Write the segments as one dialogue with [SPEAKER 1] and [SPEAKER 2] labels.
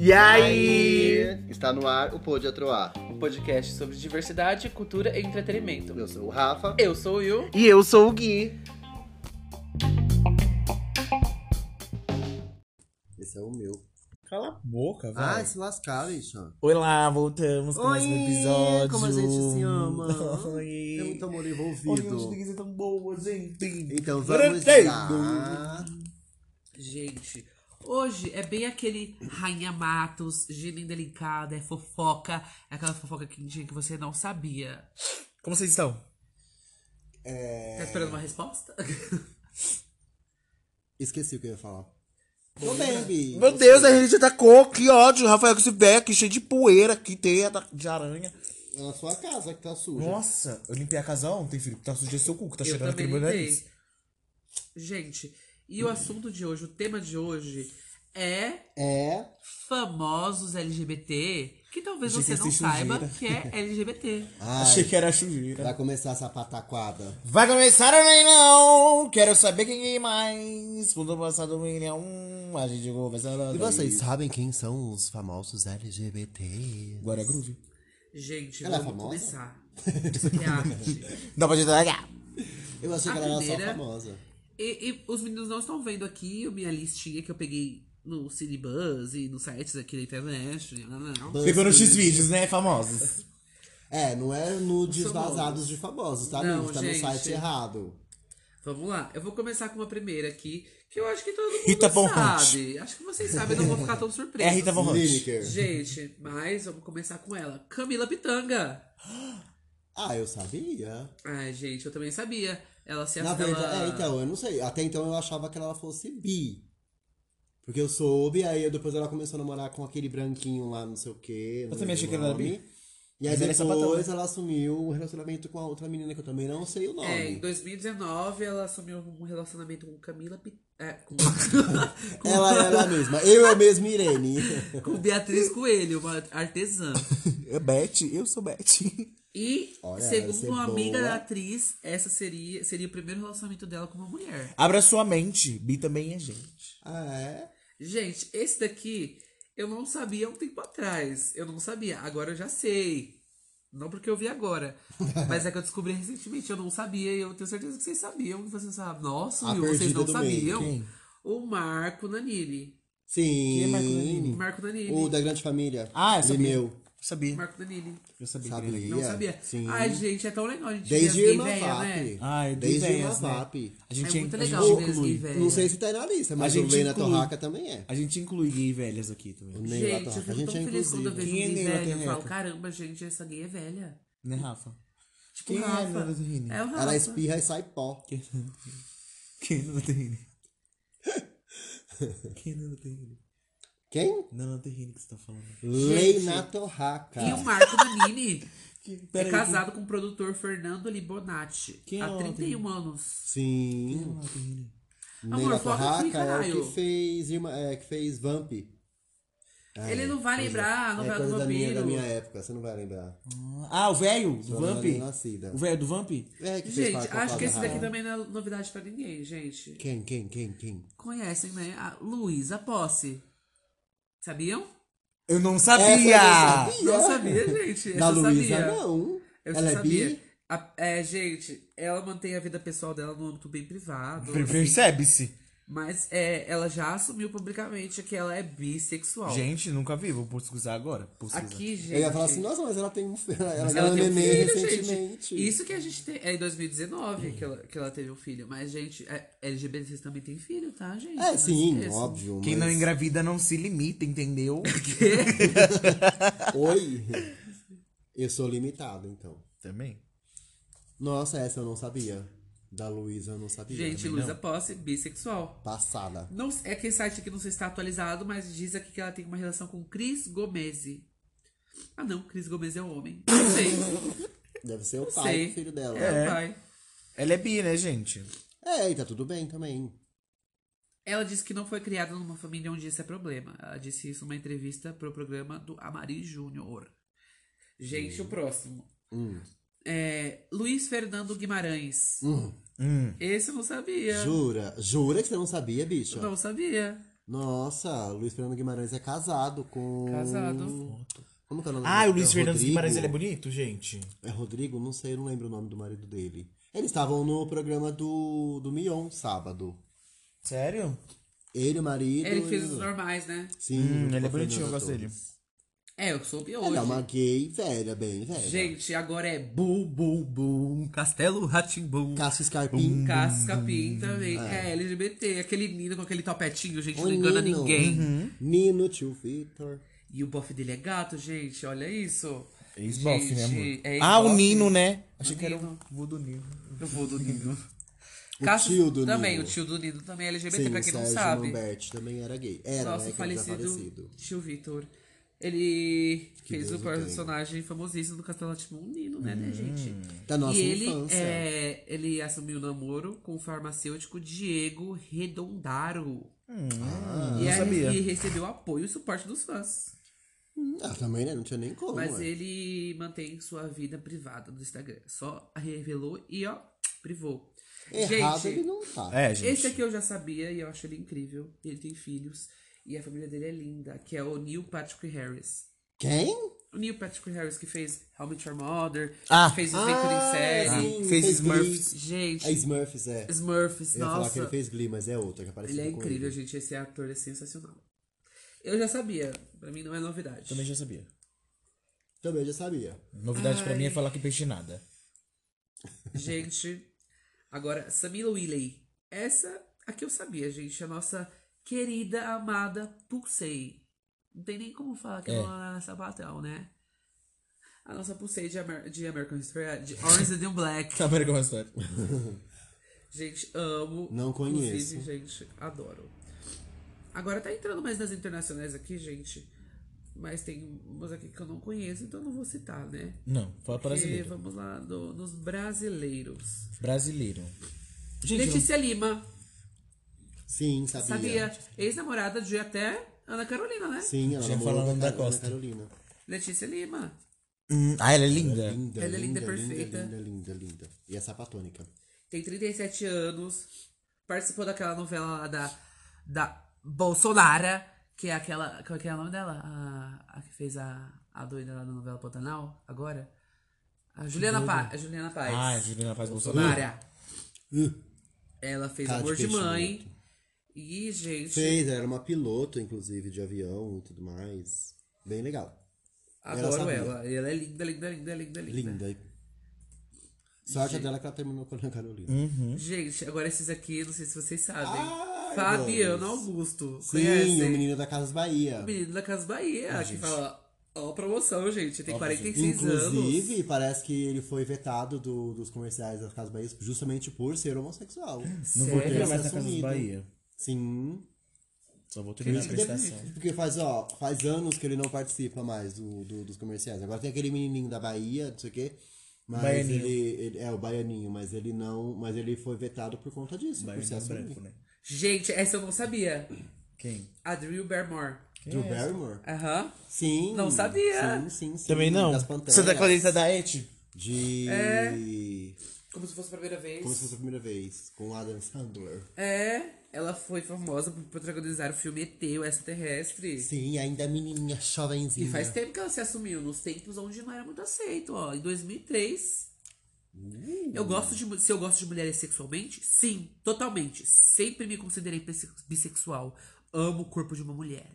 [SPEAKER 1] E aí?
[SPEAKER 2] Está no ar o Pod Atroar.
[SPEAKER 3] Um podcast sobre diversidade, cultura e entretenimento.
[SPEAKER 2] Eu sou o Rafa.
[SPEAKER 3] Eu sou o Will.
[SPEAKER 1] E eu sou o Gui.
[SPEAKER 2] Esse é o meu.
[SPEAKER 4] Cala a
[SPEAKER 1] Ah,
[SPEAKER 4] boca,
[SPEAKER 2] Ai,
[SPEAKER 4] vai.
[SPEAKER 2] se lascar, bicho.
[SPEAKER 4] Oi lá, voltamos com mais um
[SPEAKER 2] Oi,
[SPEAKER 4] episódio.
[SPEAKER 2] como a gente se ama.
[SPEAKER 4] Oi.
[SPEAKER 2] É muito amor
[SPEAKER 4] Olha,
[SPEAKER 2] envolvido.
[SPEAKER 4] que é tão boa, gente.
[SPEAKER 2] Então vamos
[SPEAKER 4] Gritei.
[SPEAKER 2] lá.
[SPEAKER 3] Gente, hoje é bem aquele Rainha Matos, gênio delicada, é fofoca, é aquela fofoca quentinha que você não sabia.
[SPEAKER 4] Como vocês estão?
[SPEAKER 3] Tá esperando uma resposta?
[SPEAKER 2] Esqueci o que eu ia falar. Tô bem, Bi.
[SPEAKER 4] Meu Deus,
[SPEAKER 2] é
[SPEAKER 4] a gente atacou. Que ódio. Rafael com esse beck cheio de poeira aqui, teia da- de aranha.
[SPEAKER 2] É Na sua casa que tá suja.
[SPEAKER 4] Nossa, eu limpei a casa ontem, filho. Tá sujo seu cu, que tá
[SPEAKER 3] Eu
[SPEAKER 4] cheirando
[SPEAKER 3] também
[SPEAKER 4] aquele meu
[SPEAKER 2] é
[SPEAKER 4] nariz.
[SPEAKER 3] limpei. Gente, e o assunto de hoje, o tema de hoje é
[SPEAKER 2] É.
[SPEAKER 3] famosos LGBT, que talvez
[SPEAKER 4] Achei
[SPEAKER 3] você
[SPEAKER 4] que
[SPEAKER 3] não
[SPEAKER 4] esse sujeira.
[SPEAKER 3] saiba que é LGBT.
[SPEAKER 4] Achei
[SPEAKER 2] Ai,
[SPEAKER 4] que era sujeira.
[SPEAKER 2] vai começar essa pataquada.
[SPEAKER 4] Vai começar a não. Quero saber quem é mais. Quando passar do milhão, a gente conversa.
[SPEAKER 2] E vocês sabem quem são os famosos LGBT?
[SPEAKER 4] Agora é groove.
[SPEAKER 3] Gente,
[SPEAKER 2] Ela é
[SPEAKER 3] vamos
[SPEAKER 2] famosa?
[SPEAKER 3] começar. Isso aqui é arte.
[SPEAKER 4] Dá pra gente olhar.
[SPEAKER 2] Eu achei
[SPEAKER 3] A
[SPEAKER 2] que ela era só
[SPEAKER 3] primeira-
[SPEAKER 2] famosa.
[SPEAKER 3] E, e os meninos não estão vendo aqui a minha listinha que eu peguei no Cinebuzz e nos sites aqui da internet. né, Não, não, não.
[SPEAKER 4] Pegou nos X-Vídeos, né? Famosos.
[SPEAKER 2] É, não é no
[SPEAKER 3] famosos.
[SPEAKER 2] desvazados de famosos, tá,
[SPEAKER 3] Não,
[SPEAKER 2] amigo? Tá no
[SPEAKER 3] gente.
[SPEAKER 2] site errado.
[SPEAKER 3] Então, Vamos lá, eu vou começar com uma primeira aqui, que eu acho que todo mundo
[SPEAKER 4] Rita Von Hunt.
[SPEAKER 3] sabe. Acho que vocês sabem, não vou ficar tão surpreso.
[SPEAKER 4] É a Rita Von Hunt.
[SPEAKER 2] Lineker.
[SPEAKER 3] Gente, mas vamos começar com ela. Camila Pitanga.
[SPEAKER 2] Ah, eu sabia.
[SPEAKER 3] Ai, gente, eu também sabia. Ela se
[SPEAKER 2] Na
[SPEAKER 3] ela-
[SPEAKER 2] verdade, é, então, eu não sei. Até então eu achava que ela fosse bi. Porque eu soube, aí eu- depois ela começou a namorar com aquele branquinho lá, não sei o quê. não
[SPEAKER 4] Eu também
[SPEAKER 2] lembro
[SPEAKER 4] achei
[SPEAKER 2] o
[SPEAKER 4] que ela era
[SPEAKER 2] nome.
[SPEAKER 4] bi.
[SPEAKER 2] E aí
[SPEAKER 4] Mas ela é
[SPEAKER 2] depois
[SPEAKER 4] sapatão,
[SPEAKER 2] ela assumiu um relacionamento com a outra menina que eu também não sei o nome.
[SPEAKER 3] É, em 2019 ela assumiu um relacionamento com Camila Pitanga. com... com-
[SPEAKER 2] Ela é ela mesma. Eu é mesmo Irene.
[SPEAKER 3] com Beatriz Coelho, uma artesã.
[SPEAKER 4] Eu Beth, eu sou Beth.
[SPEAKER 3] E,
[SPEAKER 2] Olha, essa é
[SPEAKER 3] segundo uma amiga
[SPEAKER 2] boa.
[SPEAKER 3] da atriz, essa seria, seria o primeiro relacionamento dela com uma mulher.
[SPEAKER 4] Abra sua mente, Bi também é gente.
[SPEAKER 2] ah, é?
[SPEAKER 3] Gente, esse daqui eu não sabia um tempo atrás. Eu não sabia. Agora eu já sei. Não porque eu vi agora. Mas é que eu descobri recentemente. Eu não sabia e eu tenho certeza que vocês sabiam. Que vocês sabem. Nossa,
[SPEAKER 2] A
[SPEAKER 3] Will, vocês
[SPEAKER 2] perdida
[SPEAKER 3] não
[SPEAKER 2] do meio,
[SPEAKER 3] sabiam.
[SPEAKER 4] quem?
[SPEAKER 3] O Marco Nanini.
[SPEAKER 2] Sim.
[SPEAKER 4] Quem é Marco Nanini?
[SPEAKER 3] Marco Nanini.
[SPEAKER 2] O da grande família. é
[SPEAKER 4] Ah, eu sabia.
[SPEAKER 2] Meu.
[SPEAKER 4] Sabia.
[SPEAKER 3] Marco Nanini.
[SPEAKER 4] Eu sabia.
[SPEAKER 2] Sabia.
[SPEAKER 4] que ele
[SPEAKER 3] Não
[SPEAKER 2] Ia,
[SPEAKER 3] sabia.
[SPEAKER 2] sim.
[SPEAKER 3] Ai, gente, é tão legal a gente ver
[SPEAKER 2] Desde
[SPEAKER 3] as gay
[SPEAKER 2] Irmã
[SPEAKER 3] véia,
[SPEAKER 2] Vap.
[SPEAKER 3] né?
[SPEAKER 4] Ai,
[SPEAKER 2] Desde
[SPEAKER 4] ideias,
[SPEAKER 2] Irmã
[SPEAKER 4] né?
[SPEAKER 2] Vap.
[SPEAKER 4] A gente
[SPEAKER 3] É muito
[SPEAKER 4] a
[SPEAKER 3] legal
[SPEAKER 4] gente
[SPEAKER 3] ver as
[SPEAKER 4] inclui.
[SPEAKER 3] gay velhas.
[SPEAKER 2] Não sei se tá aí na lista, mas
[SPEAKER 4] A
[SPEAKER 2] o
[SPEAKER 4] gente
[SPEAKER 2] Leila
[SPEAKER 4] inclui.
[SPEAKER 2] Torraca também é.
[SPEAKER 4] A gente inclui gay velhas aqui também.
[SPEAKER 2] O Leila
[SPEAKER 3] Gente, eu
[SPEAKER 2] Torraca.
[SPEAKER 3] fico tão feliz quando
[SPEAKER 2] inclusiva.
[SPEAKER 3] eu vejo
[SPEAKER 4] Quem é
[SPEAKER 3] um gay
[SPEAKER 4] Neila
[SPEAKER 3] velho. Eu
[SPEAKER 4] Terreca?
[SPEAKER 3] falo, caramba, gente, essa gay é velha.
[SPEAKER 4] Né, Rafa?
[SPEAKER 3] Tipo,
[SPEAKER 4] Quem é
[SPEAKER 3] Rafa.
[SPEAKER 4] a Nora Terrini?
[SPEAKER 3] É o Rafa.
[SPEAKER 2] Ela espirra e sai pó.
[SPEAKER 4] Quem é Nana Terrini? Quem é Nana Terrini?
[SPEAKER 2] Quem?
[SPEAKER 4] Nana Terrini que você tá falando.
[SPEAKER 2] Leina Torraca.
[SPEAKER 3] E o Marco Nanini é
[SPEAKER 4] Peraí,
[SPEAKER 3] casado com o produtor Fernando Libonati.
[SPEAKER 4] Quem é
[SPEAKER 3] há
[SPEAKER 4] o
[SPEAKER 3] 31 anos.
[SPEAKER 4] quem é
[SPEAKER 2] Sim.
[SPEAKER 4] Nana Terrini?
[SPEAKER 2] Leila
[SPEAKER 3] foca aqui,
[SPEAKER 2] Torraca é o
[SPEAKER 3] caralho.
[SPEAKER 2] que fez, irmã- é, que fez Vamp. Ah,
[SPEAKER 3] Ele
[SPEAKER 2] é,
[SPEAKER 3] não vai
[SPEAKER 2] coisa-
[SPEAKER 3] lembrar a novela
[SPEAKER 2] é
[SPEAKER 3] do
[SPEAKER 2] coisa da minha, da
[SPEAKER 3] vampiro.
[SPEAKER 2] minha época, você não vai lembrar.
[SPEAKER 4] Ah, o velho do
[SPEAKER 2] Sua não era nem
[SPEAKER 4] Vamp?
[SPEAKER 2] nascida.
[SPEAKER 4] O velho do Vamp?
[SPEAKER 2] É, que fez
[SPEAKER 3] Gente,
[SPEAKER 2] parte da
[SPEAKER 3] acho que
[SPEAKER 2] Casa
[SPEAKER 3] esse daqui
[SPEAKER 2] Rara.
[SPEAKER 3] também não é novidade pra ninguém, gente.
[SPEAKER 2] Quem, quem, quem, quem?
[SPEAKER 3] Conhecem, né? A Luísa Posse. Sabiam?
[SPEAKER 4] Eu não
[SPEAKER 2] Essa eu não
[SPEAKER 4] sabia!
[SPEAKER 2] sabia.
[SPEAKER 3] Não sabia, gente. Essa
[SPEAKER 2] Da
[SPEAKER 3] eu
[SPEAKER 2] Luísa,
[SPEAKER 3] sabia.
[SPEAKER 2] não.
[SPEAKER 3] Eu
[SPEAKER 2] Ela
[SPEAKER 3] já
[SPEAKER 2] é
[SPEAKER 3] sabia.
[SPEAKER 2] bi?
[SPEAKER 3] A- é, gente, ela mantém a vida pessoal dela no âmbito bem privado. assim.
[SPEAKER 4] Percebe-se.
[SPEAKER 3] mas é, ela já assumiu publicamente que ela é bissexual.
[SPEAKER 4] Gente, nunca vi. Vou pesquisar agora. Pesquisar.
[SPEAKER 3] Aqui, gente.
[SPEAKER 2] Eu ia falar assim, nossa, mas ela tem um Ela
[SPEAKER 3] ela
[SPEAKER 2] ganhou
[SPEAKER 3] tem um
[SPEAKER 2] neném
[SPEAKER 3] filho,
[SPEAKER 2] recentemente.
[SPEAKER 3] gente. Isso que a gente tem. É em 2019 que, ela, que ela teve um filho. Mas, gente, é, LGBTs também tem filho, tá, gente?
[SPEAKER 2] É, sim,
[SPEAKER 3] esqueçam.
[SPEAKER 2] óbvio.
[SPEAKER 4] Quem não é
[SPEAKER 2] mas-
[SPEAKER 4] engravida não se limita, entendeu?
[SPEAKER 2] Oi! Eu sou limitado, então.
[SPEAKER 4] Também.
[SPEAKER 2] Nossa, essa eu não sabia. Da Luísa eu não sabia.
[SPEAKER 3] Gente,
[SPEAKER 2] Luísa.
[SPEAKER 3] Luísa Posse, bissexual.
[SPEAKER 2] Passada.
[SPEAKER 3] Não, é que esse site aqui não sei se está atualizado, mas diz aqui que ela tem uma relação com Cris Gomez. Ah, não, Cris Gomez é um homem. Não sei.
[SPEAKER 2] Deve ser o
[SPEAKER 3] Não
[SPEAKER 2] pai
[SPEAKER 3] sei.
[SPEAKER 2] do filho dela. É.
[SPEAKER 3] É, o pai.
[SPEAKER 4] Ela é bi, né, gente?
[SPEAKER 2] e tá tudo bem também.
[SPEAKER 3] Ela disse que não foi criada numa família onde isso é problema. Ela disse isso numa entrevista pro programa do Amari Júnior. Gente, o próximo.
[SPEAKER 2] Hum.
[SPEAKER 3] É, Luiz Fernando Guimarães.
[SPEAKER 4] Hum.
[SPEAKER 3] Esse eu não sabia.
[SPEAKER 2] Jura? Jura que você não sabia, bicho?
[SPEAKER 3] Não sabia.
[SPEAKER 2] Nossa, Luiz Fernando Guimarães é casado com.
[SPEAKER 3] Casado.
[SPEAKER 2] Como que é o nome
[SPEAKER 4] Ah,
[SPEAKER 2] dele?
[SPEAKER 4] o Luiz
[SPEAKER 2] É
[SPEAKER 4] Fernando
[SPEAKER 2] Rodrigo?
[SPEAKER 4] Guimarães, ele é bonito, gente?
[SPEAKER 2] É Rodrigo? Não sei, eu não lembro o nome do marido dele. Eles estavam no programa do, do Mion, sábado.
[SPEAKER 4] Sério?
[SPEAKER 2] Ele, o marido.
[SPEAKER 3] Ele que fez
[SPEAKER 2] e-
[SPEAKER 3] os normais, né?
[SPEAKER 2] Sim,
[SPEAKER 4] Hum,
[SPEAKER 2] junto
[SPEAKER 4] ele é
[SPEAKER 2] com a
[SPEAKER 4] bonitinho, eu
[SPEAKER 2] Fernanda
[SPEAKER 4] gosto dele.
[SPEAKER 2] Torres.
[SPEAKER 3] É, eu soube hoje.
[SPEAKER 2] Ela é uma gay velha, bem velha.
[SPEAKER 3] Gente, agora é Bum Bum
[SPEAKER 4] Um
[SPEAKER 3] Bum, Castelo Ratimbum.
[SPEAKER 2] Cássio
[SPEAKER 3] Hum.
[SPEAKER 2] Scarpim.
[SPEAKER 3] Casca
[SPEAKER 4] Hum.
[SPEAKER 3] Pim também. É. LGBT, aquele Nino com aquele topetinho, gente,
[SPEAKER 2] O
[SPEAKER 3] não engana
[SPEAKER 2] Nino.
[SPEAKER 3] ninguém.
[SPEAKER 4] Uhum.
[SPEAKER 2] Nino, tio Vitor.
[SPEAKER 3] E o bofe dele é gato, gente, olha isso.
[SPEAKER 4] Ex-bofe,
[SPEAKER 3] Gente,
[SPEAKER 4] né, amor?
[SPEAKER 3] é
[SPEAKER 4] ah, o
[SPEAKER 3] ex-bofe.
[SPEAKER 4] Nino, né? Achei
[SPEAKER 3] O
[SPEAKER 4] que era
[SPEAKER 3] Nino.
[SPEAKER 4] o vô do Nino.
[SPEAKER 3] Eu vou Tipo do Nino.
[SPEAKER 2] O
[SPEAKER 3] Cássio
[SPEAKER 2] Uhum. tio do
[SPEAKER 3] também,
[SPEAKER 2] Nino.
[SPEAKER 3] o tio do Nino também é LGBT,
[SPEAKER 2] Sim,
[SPEAKER 3] pra
[SPEAKER 2] o
[SPEAKER 3] quem
[SPEAKER 2] Sérgio
[SPEAKER 3] não sabe.
[SPEAKER 2] Lamberti também era gay. Era,
[SPEAKER 3] Nosso
[SPEAKER 2] né? que ele já
[SPEAKER 3] falecido,
[SPEAKER 2] falecido.
[SPEAKER 3] tio Vitor. Ele fez
[SPEAKER 2] Deus
[SPEAKER 3] o
[SPEAKER 2] o tenha.
[SPEAKER 3] personagem famosíssimo do Castelo Atimão, o Nino, né, né, gente?
[SPEAKER 2] Da Hum. nossa
[SPEAKER 3] e ele,
[SPEAKER 2] infância.
[SPEAKER 3] é, ele assumiu o namoro com o farmacêutico Diego Redondaro.
[SPEAKER 2] Ah,
[SPEAKER 3] e
[SPEAKER 4] não
[SPEAKER 3] aí
[SPEAKER 4] sabia.
[SPEAKER 3] e recebeu apoio e suporte dos fãs.
[SPEAKER 2] Ah, também, né? Não tinha nem como.
[SPEAKER 3] Mas
[SPEAKER 2] é.
[SPEAKER 3] ele mantém sua vida privada no Instagram. Só revelou e, ó, privou.
[SPEAKER 2] Errado
[SPEAKER 3] Gente,
[SPEAKER 2] ele não tá.
[SPEAKER 4] É, gente.
[SPEAKER 3] esse aqui eu já sabia e eu acho ele incrível. Ele tem filhos e a família dele é linda, que é o Neil Patrick Harris.
[SPEAKER 2] Quem?
[SPEAKER 3] O Neil Patrick Harris que fez How I Met Your Mother,
[SPEAKER 4] Ah.
[SPEAKER 3] fez
[SPEAKER 2] Ah,
[SPEAKER 3] Adventure em Série.
[SPEAKER 2] sim,
[SPEAKER 4] Ah, fez Smurfs.
[SPEAKER 2] Glee.
[SPEAKER 3] Gente,
[SPEAKER 2] É Smurfs, é.
[SPEAKER 3] Smurfs,
[SPEAKER 2] Eu ia falar que ele
[SPEAKER 3] nossa.
[SPEAKER 2] fez Glee, mas é outra que apareceu
[SPEAKER 3] Ele é
[SPEAKER 2] com
[SPEAKER 3] incrível,
[SPEAKER 2] ele.
[SPEAKER 3] gente. Esse ator é sensacional. Eu já sabia, pra mim não é novidade.
[SPEAKER 4] Também já sabia.
[SPEAKER 2] Também já sabia.
[SPEAKER 4] Novidade pra mim é falar que peixe nada.
[SPEAKER 3] Gente, agora, Samila Willey. Essa aqui eu sabia, gente. A nossa querida, amada Pulsei. Não tem nem como falar que
[SPEAKER 4] É.
[SPEAKER 3] ela é sapatão, né? A nossa Pulsei de, Amer de American History, é, de Orange and the New Black.
[SPEAKER 4] Tá vendo como é a história?
[SPEAKER 3] Gente, amo.
[SPEAKER 2] Não conheço.
[SPEAKER 3] Inclusive, gente, adoro. Agora tá entrando mais nas internacionais aqui, gente. Mas tem umas aqui que eu não conheço, então eu não vou citar, né?
[SPEAKER 4] Não, fala
[SPEAKER 3] Porque
[SPEAKER 4] brasileiro.
[SPEAKER 3] vamos lá do- nos brasileiros.
[SPEAKER 4] Brasileiro. Gente,
[SPEAKER 3] Letícia Lima.
[SPEAKER 2] Sim, sabia.
[SPEAKER 3] Sabia. Ex-namorada de até Ana Carolina, né?
[SPEAKER 2] Sim, ela
[SPEAKER 4] Já
[SPEAKER 2] namorou
[SPEAKER 4] falando
[SPEAKER 2] com a
[SPEAKER 4] da
[SPEAKER 2] Ana
[SPEAKER 4] Costa.
[SPEAKER 2] Carolina.
[SPEAKER 3] Letícia Lima.
[SPEAKER 4] eu- Hum, ah, ela é linda.
[SPEAKER 2] Linda,
[SPEAKER 3] Ela é linda,
[SPEAKER 2] linda,
[SPEAKER 3] perfeita.
[SPEAKER 2] Linda, linda, linda, linda. E é sapatônica.
[SPEAKER 3] Tem 37 anos. Participou daquela novela lá da, da Bolsonaro. Que é aquela. Qual que é o nome dela? A, a que fez a, a doida lá da novela Pantanal, agora? A Juliana, pa, a Juliana Paz.
[SPEAKER 2] é
[SPEAKER 4] Ah, Juliana Paz Bolsonaro.
[SPEAKER 3] Bolsonaro.
[SPEAKER 2] Uh,
[SPEAKER 3] Ela fez
[SPEAKER 2] Cara de
[SPEAKER 3] Amor de,
[SPEAKER 2] peixe
[SPEAKER 3] Mãe. E, gente,
[SPEAKER 2] fez, ela era uma piloto, inclusive, de avião e tudo mais. Bem legal. ela
[SPEAKER 3] adoro
[SPEAKER 2] sabia.
[SPEAKER 3] ela. Ela é linda, linda, linda, linda, linda.
[SPEAKER 2] Linda. Sorte dela que ela terminou com a Ana Carolina.
[SPEAKER 3] Uhum. Gente, agora esses aqui, não sei se vocês sabem.
[SPEAKER 2] Ai,
[SPEAKER 3] Fabiano
[SPEAKER 2] Deus.
[SPEAKER 3] Augusto.
[SPEAKER 2] Sim,
[SPEAKER 3] conhecem?
[SPEAKER 2] o menino da Casas Bahia.
[SPEAKER 3] O menino da Casa Bahia, que fala, ó, promoção, gente, tem 46 anos.
[SPEAKER 2] Inclusive, parece que ele foi vetado do- dos comerciais da Casas Bahia justamente por ser homossexual.
[SPEAKER 4] Não vou
[SPEAKER 3] Sério?
[SPEAKER 4] ter mais
[SPEAKER 2] Esse
[SPEAKER 4] na Casa
[SPEAKER 2] assumido.
[SPEAKER 4] Bahia.
[SPEAKER 2] Sim.
[SPEAKER 4] Só vou ter mais na estação.
[SPEAKER 2] Porque faz, ó, faz anos que ele não participa mais do, do- dos comerciais. Agora tem aquele menininho da Bahia, não sei o quê. Mas
[SPEAKER 4] Baianinho.
[SPEAKER 2] ele, ele- É, o Baianinho, mas ele não. Mas ele foi vetado por conta disso.
[SPEAKER 4] Bahia
[SPEAKER 2] por se
[SPEAKER 4] é
[SPEAKER 2] assumir.
[SPEAKER 4] branco, né?
[SPEAKER 3] Gente, essa eu não sabia.
[SPEAKER 4] Quem?
[SPEAKER 3] A Drew Barrymore.
[SPEAKER 2] Drew Barrymore?
[SPEAKER 3] Aham.
[SPEAKER 2] Sim.
[SPEAKER 3] Não sabia.
[SPEAKER 2] Sim, sim, sim.
[SPEAKER 4] Também não. tá
[SPEAKER 2] Das Panteras.
[SPEAKER 4] Santa Clarita da Et?
[SPEAKER 2] De.
[SPEAKER 3] É. Como se fosse a primeira vez.
[SPEAKER 2] Como se fosse a primeira vez, com o Adam Sandler.
[SPEAKER 3] É, ela foi famosa por protagonizar o filme ET, o extraterrestre.
[SPEAKER 2] Sim, ainda menininha,
[SPEAKER 3] E
[SPEAKER 2] jovenzinha.
[SPEAKER 3] faz tempo que ela se assumiu, nos tempos onde não era muito aceito, ó. Em 2003.
[SPEAKER 2] Uh.
[SPEAKER 3] Eu gosto de. mu- Se eu gosto de mulheres sexualmente? Sim, totalmente. Sempre me considerei bisse- bissexual. Amo o corpo de uma mulher.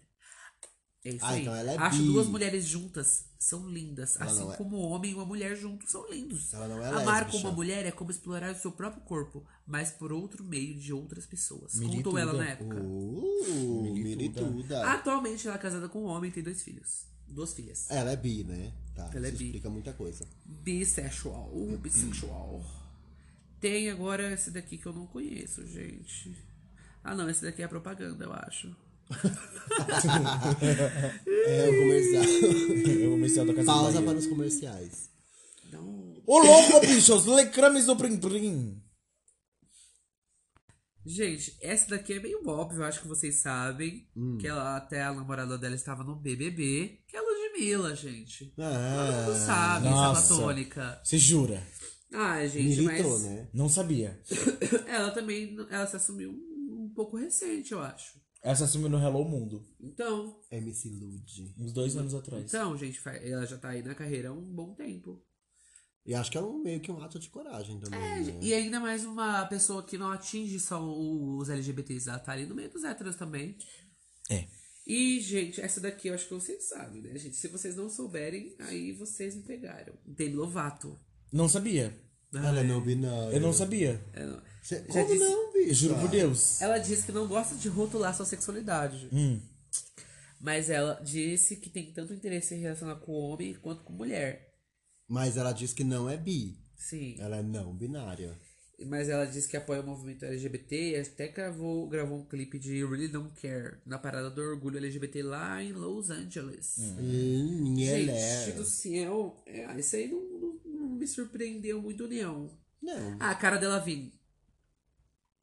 [SPEAKER 3] É isso
[SPEAKER 2] Ah,
[SPEAKER 3] aí.
[SPEAKER 2] então ela é
[SPEAKER 3] Acho
[SPEAKER 2] bi.
[SPEAKER 3] duas mulheres juntas são lindas. assim
[SPEAKER 2] não é-
[SPEAKER 3] como um homem e uma mulher juntos são lindos.
[SPEAKER 2] Ela não é
[SPEAKER 3] Amar
[SPEAKER 2] lésbica.
[SPEAKER 3] como uma mulher é como explorar o seu próprio corpo, mas por outro meio de outras pessoas. Contou
[SPEAKER 4] Milituda.
[SPEAKER 3] ela na época.
[SPEAKER 2] Uh,
[SPEAKER 4] Milituda.
[SPEAKER 2] milituda.
[SPEAKER 3] Atualmente ela é casada com um homem e tem dois filhos. Duas filhas.
[SPEAKER 2] Ela é bi, né? Tá,
[SPEAKER 3] Ela é
[SPEAKER 2] isso
[SPEAKER 3] bi.
[SPEAKER 2] explica muita coisa.
[SPEAKER 3] Bissexual.
[SPEAKER 2] Uhum.
[SPEAKER 3] uh, Bissexual. Tem agora esse daqui que eu não conheço, gente. Ah, não, esse daqui é a propaganda, eu acho.
[SPEAKER 2] É o comercial.
[SPEAKER 4] Eu comecei a tocar essa
[SPEAKER 2] Pausa
[SPEAKER 4] Bahia.
[SPEAKER 2] para os comerciais.
[SPEAKER 3] Não.
[SPEAKER 4] Ô louco, bicho, os lecrames do Prim Prim.
[SPEAKER 3] Gente, essa daqui é
[SPEAKER 2] Hum.
[SPEAKER 3] meio óbvio, eu acho que vocês sabem. Que ela, até a namorada dela estava no BBB, que é a Camila, gente. Todo mundo
[SPEAKER 2] Ah,
[SPEAKER 3] sabe,
[SPEAKER 4] nossa.
[SPEAKER 3] essa platônica.
[SPEAKER 4] Você jura?
[SPEAKER 3] Ah, gente,
[SPEAKER 2] militou,
[SPEAKER 3] mas
[SPEAKER 2] né?
[SPEAKER 4] Não sabia.
[SPEAKER 3] ela também ela se assumiu um pouco recente, eu acho.
[SPEAKER 4] Essa é assumiu no Hello Mundo,
[SPEAKER 3] Então,
[SPEAKER 2] MC Lude.
[SPEAKER 4] uns dois anos atrás.
[SPEAKER 3] então, gente, fa- ela já tá aí na carreira há um bom tempo.
[SPEAKER 2] E acho que é um, meio que um ato de coragem também,
[SPEAKER 3] É,
[SPEAKER 2] né?
[SPEAKER 3] e ainda mais uma pessoa que não atinge só os LGBTs, ela tá ali no meio dos héteros também.
[SPEAKER 4] É.
[SPEAKER 3] E, gente, essa daqui eu acho que vocês sabem, né, gente? Se vocês não souberem, aí vocês me pegaram. Demi Lovato.
[SPEAKER 4] Não sabia.
[SPEAKER 2] Ela é não binária.
[SPEAKER 4] Eu não sabia.
[SPEAKER 3] Ela,
[SPEAKER 2] Cê-
[SPEAKER 3] Já
[SPEAKER 2] Como
[SPEAKER 3] disse-
[SPEAKER 2] não, bicho?
[SPEAKER 4] Eu juro por Deus.
[SPEAKER 3] ela disse que não gosta de rotular sua sexualidade.
[SPEAKER 4] Hum.
[SPEAKER 3] Mas ela disse que tem tanto interesse em relacionar com homem quanto com mulher.
[SPEAKER 2] Mas ela diz que não é bi.
[SPEAKER 3] Sim.
[SPEAKER 2] Ela é não binária.
[SPEAKER 3] Mas ela disse que apoia o movimento LGBT e até gravou, gravou um clipe de Really Don't Care na parada do orgulho LGBT lá em Los Angeles.
[SPEAKER 2] Hum, e ela
[SPEAKER 3] Gente
[SPEAKER 2] é.
[SPEAKER 3] do céu, é, isso aí não, não- não me surpreendeu muito, não.
[SPEAKER 2] Não.
[SPEAKER 3] Ah, Cara Delevingne.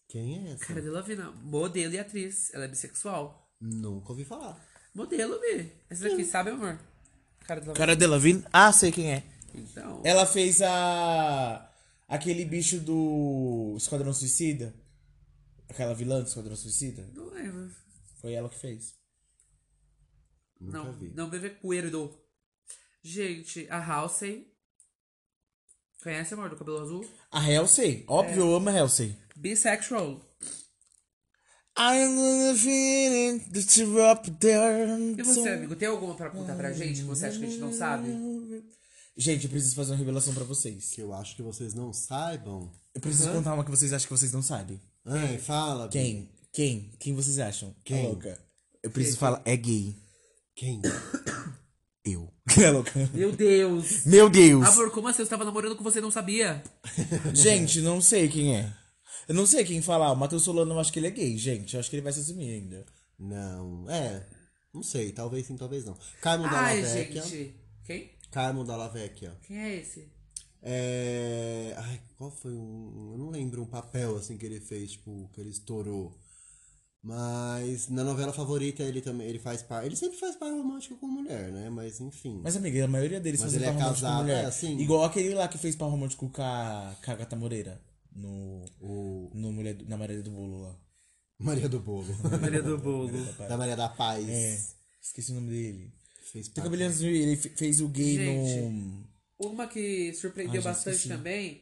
[SPEAKER 2] Quem é essa?
[SPEAKER 3] Cara Delevingne, modelo e atriz. Ela é bissexual.
[SPEAKER 2] Nunca ouvi falar.
[SPEAKER 3] Modelo, B. Essa daqui, sabe, amor? Cara Delevingne.
[SPEAKER 4] Cara Delevingne? Ah, sei quem é.
[SPEAKER 3] Então,
[SPEAKER 4] Ela fez a. aquele bicho do Esquadrão Suicida. Aquela vilã do Esquadrão Suicida.
[SPEAKER 3] não lembro.
[SPEAKER 4] Foi ela que fez.
[SPEAKER 2] Nunca
[SPEAKER 3] não,
[SPEAKER 2] vi.
[SPEAKER 3] não bebe cuerdo. Gente, a Halsey. Conhece, amor, do cabelo azul?
[SPEAKER 4] A Halsey. Óbvio, eu amo a Halsey.
[SPEAKER 3] Bisexual.
[SPEAKER 4] I'm the feeling that you're up there.
[SPEAKER 3] E você, amigo, tem alguma pra contar pra gente que você acha que a gente não sabe?
[SPEAKER 4] Gente, eu preciso fazer uma revelação pra vocês.
[SPEAKER 2] Que eu acho que vocês não saibam.
[SPEAKER 4] Eu preciso contar uma que vocês acham que vocês não sabem.
[SPEAKER 2] Ai, fala. Bi.
[SPEAKER 4] Quem? Quem? Quem vocês acham?
[SPEAKER 2] Quem?
[SPEAKER 4] A É louca. Eu preciso falar. É gay.
[SPEAKER 2] Quem?
[SPEAKER 4] Eu. É louca.
[SPEAKER 3] Meu Deus!
[SPEAKER 4] Meu Deus.
[SPEAKER 3] Amor, como assim? Eu estava namorando com você e não sabia?
[SPEAKER 4] Ah, Gente, não sei quem é. Eu não sei quem falar. O Matheus Solano, eu acho que ele é gay, gente. Eu acho que ele vai se assumir ainda.
[SPEAKER 2] Não. É. Não sei. Talvez sim, talvez não. Carmo da
[SPEAKER 3] Ai,
[SPEAKER 2] Lavecchia.
[SPEAKER 3] gente. Quem?
[SPEAKER 2] Carmo da Lavecchia.
[SPEAKER 3] Quem é esse?
[SPEAKER 2] É. Ai, qual foi um. Eu não lembro um papel assim que ele fez, tipo, que ele estourou. Mas na novela favorita ele também. Ele faz par. Ele sempre faz par romântico com mulher, né? Mas enfim.
[SPEAKER 4] Mas, amiga, a maioria deles
[SPEAKER 2] Mas
[SPEAKER 4] fazem
[SPEAKER 2] ele é
[SPEAKER 4] par romântico com
[SPEAKER 2] casado,
[SPEAKER 4] mulher.
[SPEAKER 2] é assim?
[SPEAKER 4] Igual aquele lá que fez par romântico com a, com a Gata Moreira. No,
[SPEAKER 2] O
[SPEAKER 4] no mulher, do- na Maria do Bolo lá.
[SPEAKER 2] Maria do Bolo.
[SPEAKER 3] Maria do Bolo.
[SPEAKER 2] da Maria da Paz.
[SPEAKER 4] É. Esqueci o nome dele.
[SPEAKER 2] Fez
[SPEAKER 4] Tem
[SPEAKER 2] par.
[SPEAKER 4] cabelo azul, ele fe- fez o gay no...
[SPEAKER 3] Uma que surpreendeu
[SPEAKER 4] Ai, já
[SPEAKER 3] bastante
[SPEAKER 4] esqueci.
[SPEAKER 3] também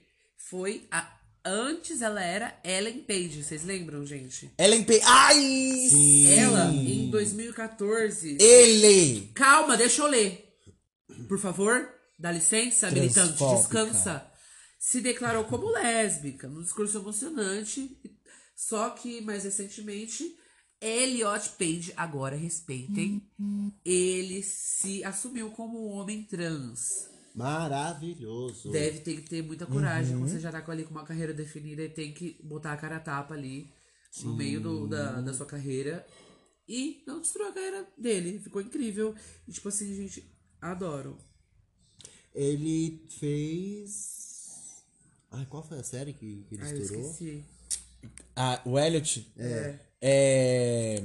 [SPEAKER 3] foi a. Antes ela era Ellen Page, vocês lembram, gente?
[SPEAKER 4] Ellen Page. Ai!
[SPEAKER 3] Ela, em 2014.
[SPEAKER 4] Ele!
[SPEAKER 3] Calma, deixa eu ler. Por favor, dá licença, militante,
[SPEAKER 4] Transfóbica.
[SPEAKER 3] descansa. Se declarou como lésbica, num discurso emocionante. Só que, mais recentemente, Elliot Page, agora respeitem, ele se assumiu como um homem trans.
[SPEAKER 2] Maravilhoso.
[SPEAKER 3] Deve ter que ter muita coragem
[SPEAKER 2] Uhum.
[SPEAKER 3] quando você já tá com- ali com uma carreira definida e tem que botar a cara a tapa ali no meio do- da, da sua carreira. E não destruiu a carreira dele. Ficou incrível. E, tipo assim, gente, adoro.
[SPEAKER 2] Ele fez. Ai, qual foi a série que, que ele
[SPEAKER 3] Ai, Ah, eu
[SPEAKER 2] estourou?
[SPEAKER 3] esqueci.
[SPEAKER 4] Ah, o Elliot? É. É.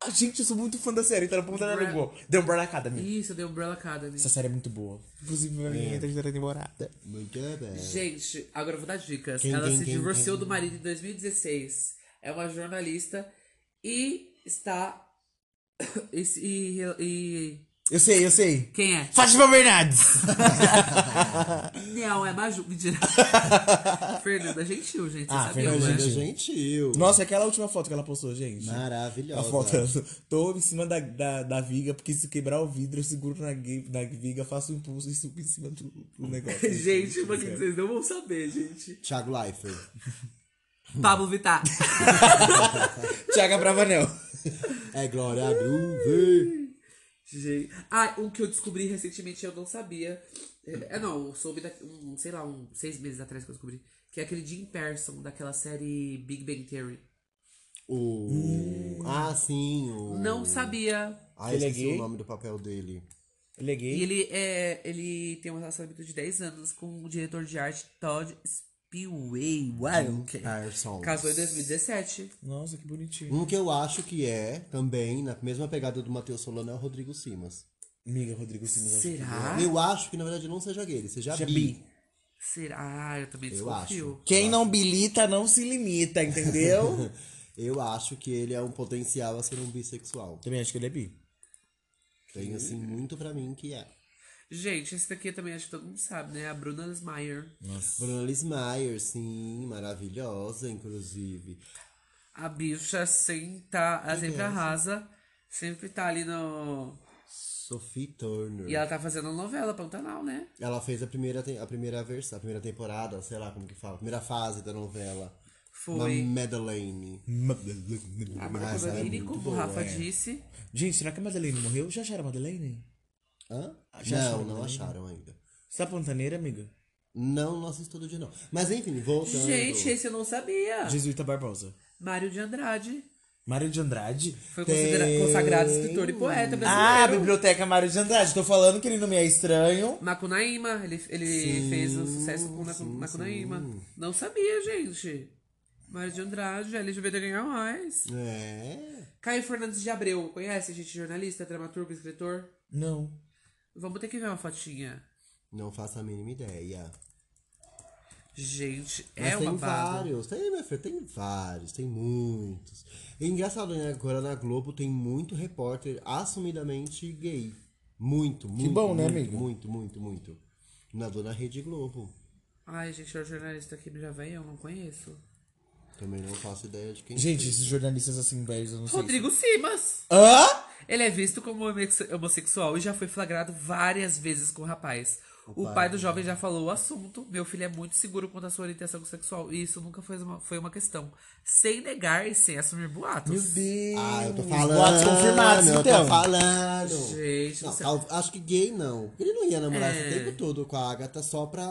[SPEAKER 4] Ah, gente, eu sou muito fã da série, tá na ponta da
[SPEAKER 3] Umbrella-
[SPEAKER 4] língua. The Umbrella Academy.
[SPEAKER 3] Isso, The Umbrella Academy.
[SPEAKER 4] Essa série é muito boa. É. Inclusive, vai vir a terceira temporada.
[SPEAKER 2] Muito bem.
[SPEAKER 3] Gente, agora eu vou dar dicas.
[SPEAKER 2] Quem,
[SPEAKER 3] Ela
[SPEAKER 2] quem,
[SPEAKER 3] se
[SPEAKER 2] quem,
[SPEAKER 3] divorciou
[SPEAKER 2] quem?
[SPEAKER 3] do marido em 2016. É uma jornalista e está. E, se- e, e-
[SPEAKER 4] Eu sei, eu sei.
[SPEAKER 3] Quem é?
[SPEAKER 4] Fátima Bernardes!
[SPEAKER 3] Não, é Maju. Mentira. Fernanda Gentil, gente. Você
[SPEAKER 4] Ah,
[SPEAKER 3] sabia,
[SPEAKER 4] Fernanda
[SPEAKER 3] né?
[SPEAKER 2] Fernanda
[SPEAKER 4] Gentil.
[SPEAKER 2] Gentil.
[SPEAKER 4] Nossa, aquela última foto que ela postou, gente. Ela
[SPEAKER 2] Maravilhosa.
[SPEAKER 3] é-
[SPEAKER 4] foto. Tô em cima da, da, da viga, porque se quebrar o vidro, eu seguro na, gui- na viga, faço um impulso e subo em cima do, do negócio.
[SPEAKER 3] Gente, uma que vocês não vão saber, gente.
[SPEAKER 2] Thiago Leifert.
[SPEAKER 3] Pablo Vittar.
[SPEAKER 4] Tiago Bravanel.
[SPEAKER 2] É Glória Groove.
[SPEAKER 3] Gente. Ah, um que eu descobri recentemente eu não sabia. É, é, não, eu soube da, um, sei lá, um, seis meses atrás que eu descobri. Que é aquele Jim Person, daquela série Big Bang Theory.
[SPEAKER 2] O... Ah, sim. O...
[SPEAKER 4] Hum.
[SPEAKER 3] Não sabia.
[SPEAKER 2] Ah,
[SPEAKER 4] Ele é
[SPEAKER 2] esqueci
[SPEAKER 4] gay?
[SPEAKER 2] o nome do papel dele.
[SPEAKER 4] Ele é
[SPEAKER 3] E
[SPEAKER 4] gay?
[SPEAKER 3] ele, é, ele tem um relacionamento de 10 anos com o diretor de arte Todd Spillway.
[SPEAKER 2] Hum,
[SPEAKER 3] Uau, que-
[SPEAKER 2] Carson.
[SPEAKER 3] É, Casou em 2017.
[SPEAKER 4] Nossa, que bonitinho.
[SPEAKER 2] Um que eu acho que é, também, na mesma pegada do Matheus Solano, é o Rodrigo Simas.
[SPEAKER 4] Miga Rodrigo Simas. acho que-
[SPEAKER 3] Será?
[SPEAKER 2] Eu acho que na verdade não seja gay, ele seja
[SPEAKER 4] Já
[SPEAKER 2] bi.
[SPEAKER 4] bi.
[SPEAKER 3] Será? Ah, eu também
[SPEAKER 2] Eu
[SPEAKER 3] desconfio.
[SPEAKER 4] Quem não bilita não se limita, entendeu?
[SPEAKER 2] Eu acho que ele é um potencial a ser um bissexual.
[SPEAKER 4] Também acho que ele é bi.
[SPEAKER 2] Tem assim muito pra mim que é.
[SPEAKER 3] Gente, esse daqui eu também acho que todo mundo sabe, né? A Bruna Lesmeyer.
[SPEAKER 2] Bruna Liz Meyer, sim, maravilhosa, inclusive.
[SPEAKER 3] A bicha sempre, tá, ela
[SPEAKER 2] é
[SPEAKER 3] sempre arrasa. Sempre tá ali no.
[SPEAKER 2] Sophie Turner.
[SPEAKER 3] E ela tá fazendo novela, Pantanal, né?
[SPEAKER 2] Ela fez a primeira, te- a primeira versão, a primeira temporada, sei lá como que fala, a primeira fase da novela.
[SPEAKER 3] Foi. Ah,
[SPEAKER 2] Uma Madeleine.
[SPEAKER 3] A
[SPEAKER 2] Mas ela é
[SPEAKER 3] Madeleine,
[SPEAKER 2] muito
[SPEAKER 3] como o
[SPEAKER 2] boa,
[SPEAKER 3] Rafa
[SPEAKER 2] é.
[SPEAKER 3] disse.
[SPEAKER 4] Gente, será que a Madeleine morreu? Já acharam a Madeleine?
[SPEAKER 2] Hã?
[SPEAKER 3] Ah,
[SPEAKER 4] Já
[SPEAKER 2] não, não
[SPEAKER 4] acharam Madeleine?
[SPEAKER 2] acharam ainda.
[SPEAKER 4] Você tá pantaneira, amiga?
[SPEAKER 2] Não, nosso estudo de não. Mas enfim, voltando.
[SPEAKER 3] Gente, esse eu não sabia.
[SPEAKER 4] Jesuíta Barbosa.
[SPEAKER 3] Mário de Andrade.
[SPEAKER 4] Mário de Andrade?
[SPEAKER 3] Foi considera- consagrado escritor e
[SPEAKER 2] um
[SPEAKER 3] poeta
[SPEAKER 4] Ah, a
[SPEAKER 3] brasileiro.
[SPEAKER 4] Biblioteca Mário de Andrade. Tô falando que ele não me é estranho.
[SPEAKER 3] Macunaíma, ele, ele fez um sucesso com Macu- Macunaíma. Não sabia, gente. Mário de Andrade, LGBT ganhar mais.
[SPEAKER 2] É.
[SPEAKER 3] Caio Fernandes de Abreu, conhece, gente? Jornalista, dramaturgo, escritor.
[SPEAKER 4] Não.
[SPEAKER 3] Vamos ter que ver uma fotinha.
[SPEAKER 2] Não faço a mínima ideia.
[SPEAKER 3] Gente,
[SPEAKER 2] Mas
[SPEAKER 3] é
[SPEAKER 2] tem
[SPEAKER 3] uma parada.
[SPEAKER 2] vários, tem, meu filho, tem vários, tem muitos. É engraçado, né? Agora na Globo tem muito repórter assumidamente gay. Muito, muito.
[SPEAKER 4] bom, né,
[SPEAKER 2] muito,
[SPEAKER 4] amigo?
[SPEAKER 2] Muito, muito, muito. Na dona Rede Globo.
[SPEAKER 3] Ai, gente, é o jornalista aqui do Javém, eu não conheço.
[SPEAKER 2] Também não faço ideia de quem.
[SPEAKER 4] Gente, esses jornalistas assim velhos, eu não sei.
[SPEAKER 3] Rodrigo Simas.
[SPEAKER 4] se- Hã?
[SPEAKER 3] Ele é visto como homosse- homossexual e já foi flagrado várias vezes com o rapaz. O, pai, do jovem já falou o assunto. Meu filho é muito seguro quanto à sua orientação sexual e isso nunca foi uma, foi uma questão. Sem negar e sem assumir
[SPEAKER 4] Meu
[SPEAKER 3] boatos.
[SPEAKER 4] Deus.
[SPEAKER 2] Ah, eu tô falando.
[SPEAKER 4] Hum. Boatos confirmados,
[SPEAKER 2] eu
[SPEAKER 4] então.
[SPEAKER 2] tô falando.
[SPEAKER 3] Gente,
[SPEAKER 2] Não,
[SPEAKER 3] você-
[SPEAKER 2] tal- acho que gay não. Ele não ia namorar
[SPEAKER 3] É.
[SPEAKER 2] esse tempo todo com a Agatha só pra.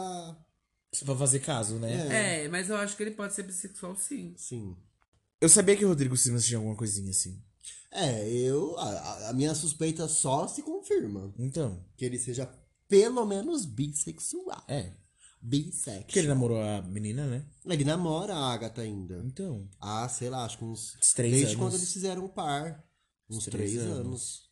[SPEAKER 4] Só é Pra fazer caso, né?
[SPEAKER 3] É, mas eu acho que ele pode ser bissexual sim.
[SPEAKER 2] Sim.
[SPEAKER 4] Eu sabia que o Rodrigo Simas tinha alguma coisinha assim.
[SPEAKER 2] É, eu. A, a minha suspeita só se confirma.
[SPEAKER 4] Então,
[SPEAKER 2] Que ele seja pelo menos bissexual.
[SPEAKER 4] é. Porque
[SPEAKER 2] Bissexual.
[SPEAKER 4] ele namorou a menina, né?
[SPEAKER 2] Ele namora a Agatha ainda.
[SPEAKER 4] Então.
[SPEAKER 2] Ah, sei lá, acho que uns.
[SPEAKER 4] Uns três
[SPEAKER 2] desde
[SPEAKER 4] anos.
[SPEAKER 2] quando eles fizeram o par. Uns três,
[SPEAKER 4] três
[SPEAKER 2] anos.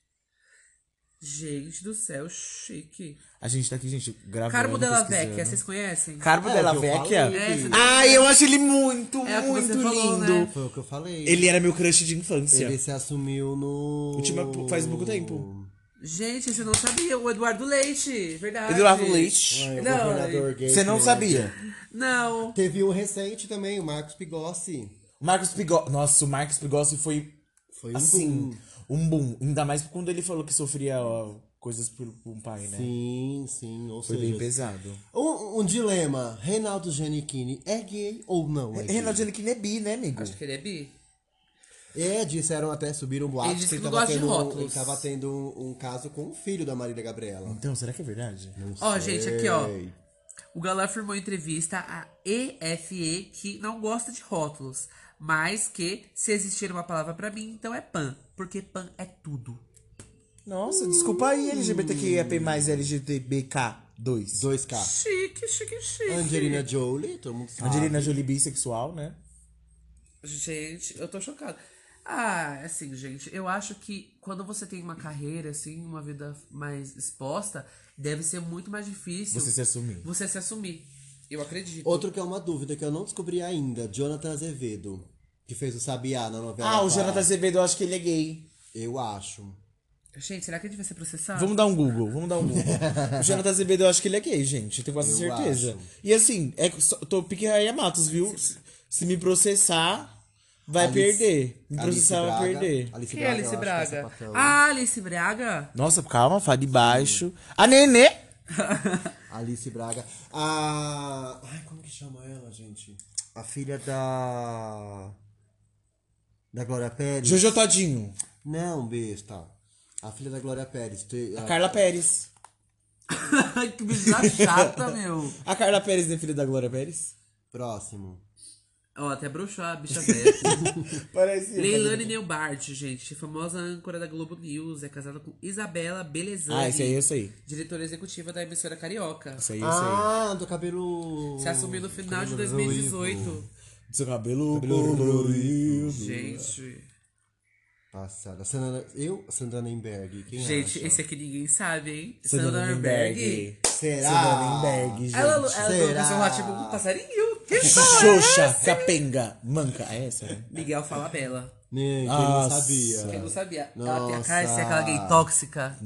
[SPEAKER 3] Gente do céu, chique.
[SPEAKER 4] A gente tá aqui, gente, gravando.
[SPEAKER 3] Carmo Della
[SPEAKER 4] pesquisando.
[SPEAKER 3] Vecchia, vocês conhecem?
[SPEAKER 4] Carmo
[SPEAKER 2] É,
[SPEAKER 4] Della
[SPEAKER 2] o que eu
[SPEAKER 4] Vecchia?
[SPEAKER 2] falei.
[SPEAKER 3] É, você tá-
[SPEAKER 4] Ai, eu acho ele muito,
[SPEAKER 3] É o que
[SPEAKER 4] muito
[SPEAKER 3] você
[SPEAKER 4] lindo.
[SPEAKER 3] falou, né?
[SPEAKER 2] Foi o que eu falei.
[SPEAKER 4] Ele é era meu crush de infância.
[SPEAKER 2] Ele se assumiu no.
[SPEAKER 4] Última- faz pouco tempo.
[SPEAKER 3] Gente, você não sabia. O Eduardo Leite, verdade.
[SPEAKER 4] Eduardo Leite.
[SPEAKER 2] Ai, o
[SPEAKER 3] Não,
[SPEAKER 2] governador gay
[SPEAKER 4] Você não
[SPEAKER 2] que-
[SPEAKER 4] sabia?
[SPEAKER 3] Não.
[SPEAKER 2] Teve um recente também, o Marcos Pigossi.
[SPEAKER 4] Marcos Pigossi. Nossa, o Marcos Pigossi foi
[SPEAKER 2] Foi um
[SPEAKER 4] assim,
[SPEAKER 2] boom.
[SPEAKER 4] um boom. Ainda mais quando ele falou que sofria ó, coisas por por um pai, né?
[SPEAKER 2] Sim, sim, ou
[SPEAKER 4] Foi bem
[SPEAKER 2] seja...
[SPEAKER 4] pesado.
[SPEAKER 2] Um, um dilema, Reinaldo Giannichini é gay ou não é gay?
[SPEAKER 4] Reinaldo Giannichini é bi, né, amigo?
[SPEAKER 3] Acho que ele é bi.
[SPEAKER 2] É, disseram até, subiram um boato
[SPEAKER 3] Ele disse que não
[SPEAKER 2] tava
[SPEAKER 3] gosta de
[SPEAKER 2] tendo, um-
[SPEAKER 3] rótulos.
[SPEAKER 2] ele tava tendo um, um caso com o filho da Marília Gabriela.
[SPEAKER 4] Então, será que é verdade?
[SPEAKER 3] Ó, gente, aqui, ó.
[SPEAKER 2] Sei.
[SPEAKER 3] O Galã afirmou em entrevista à EFE que não gosta de rótulos, mas que se existir uma palavra pra mim, então é pan, porque pan é tudo.
[SPEAKER 4] Nossa, desculpa aí, LGBTQIAP mais LGTBK2.
[SPEAKER 2] 2K.
[SPEAKER 3] Chique, chique, chique.
[SPEAKER 2] Tá. Angelina Jolie, todo mundo sabe.
[SPEAKER 4] Angelina Jolie bissexual, né?
[SPEAKER 3] Gente, eu tô chocada. Ah, assim, gente, eu acho que quando você tem uma carreira, assim, uma vida mais exposta, deve ser muito mais difícil
[SPEAKER 4] Você se assumir.
[SPEAKER 3] você se assumir. Eu acredito.
[SPEAKER 2] Outro que é uma dúvida que eu não descobri ainda, Jonathan Azevedo, que fez o Sabiá na novela.
[SPEAKER 4] Ah, o
[SPEAKER 2] Pá.
[SPEAKER 4] Jonathan Azevedo, eu acho que ele é gay.
[SPEAKER 2] Eu acho.
[SPEAKER 3] Gente, será que a gente vai ser processado?
[SPEAKER 4] Vamos dar um Google, vamos dar um Google. o Jonathan Azevedo, eu acho que ele é gay, gente. Eu tenho quase
[SPEAKER 2] Eu
[SPEAKER 4] certeza.
[SPEAKER 2] acho.
[SPEAKER 4] E assim, é, só- tô pique Raia Matos, viu? Se, se me processar, vai
[SPEAKER 2] Alice-
[SPEAKER 4] perder. Me
[SPEAKER 2] Alice
[SPEAKER 4] processar, vai
[SPEAKER 2] Braga.
[SPEAKER 4] perder.
[SPEAKER 2] Alice
[SPEAKER 3] Quem é
[SPEAKER 2] eu
[SPEAKER 3] Alice
[SPEAKER 2] acho que é
[SPEAKER 3] Braga?
[SPEAKER 4] né?
[SPEAKER 2] sapatão.
[SPEAKER 3] Ah, Alice Braga?
[SPEAKER 4] Nossa, calma, fala de baixo. A Nenê!
[SPEAKER 2] Alice Braga. A. Ai, como que chama ela, gente? A filha da. Da Glória Pérez.
[SPEAKER 4] Jojo Todinho.
[SPEAKER 2] Não, besta. A filha da Glória Pérez. Te-
[SPEAKER 4] A Carla Pérez.
[SPEAKER 3] Ai, que bicha chata, meu.
[SPEAKER 4] A Carla Pérez é filha da Glória Pérez?
[SPEAKER 2] Próximo.
[SPEAKER 3] Ó, até bruxou a bicha dessa.
[SPEAKER 4] Parece.
[SPEAKER 3] Leilane Neubart, gente, famosa âncora da Globo News, é casada com Isabela Belezani.
[SPEAKER 4] Ah, isso aí eu sei.
[SPEAKER 3] Diretora executiva da emissora Carioca.
[SPEAKER 4] Isso aí eu sei.
[SPEAKER 2] Ah, do cabelo.
[SPEAKER 3] Se assumiu no final de
[SPEAKER 2] Cabelo
[SPEAKER 3] 2018.
[SPEAKER 2] ruivo.
[SPEAKER 4] Seu cabelo colorido.
[SPEAKER 3] Gente.
[SPEAKER 2] Passada. Sandra, eu, Sandra Nemberg. Quem
[SPEAKER 3] Gente,
[SPEAKER 2] acha?
[SPEAKER 3] esse aqui ninguém sabe, hein?
[SPEAKER 4] Sandra
[SPEAKER 3] Sandra Berg.
[SPEAKER 4] Nemberg.
[SPEAKER 2] Será?
[SPEAKER 4] Sandra Nemberg, gente.
[SPEAKER 3] Ela, é ela, ela
[SPEAKER 2] será?
[SPEAKER 3] começou lá tipo um passarinho. Que história é
[SPEAKER 4] Xoxa,
[SPEAKER 3] essa?
[SPEAKER 4] capenga, manca. É essa, né?
[SPEAKER 3] Miguel fala bela.
[SPEAKER 2] Né, quem não
[SPEAKER 4] Nossa.
[SPEAKER 2] sabia.
[SPEAKER 3] Quem não sabia? Ela tem a
[SPEAKER 2] Nossa.
[SPEAKER 3] cara de ser aquela gay tóxica.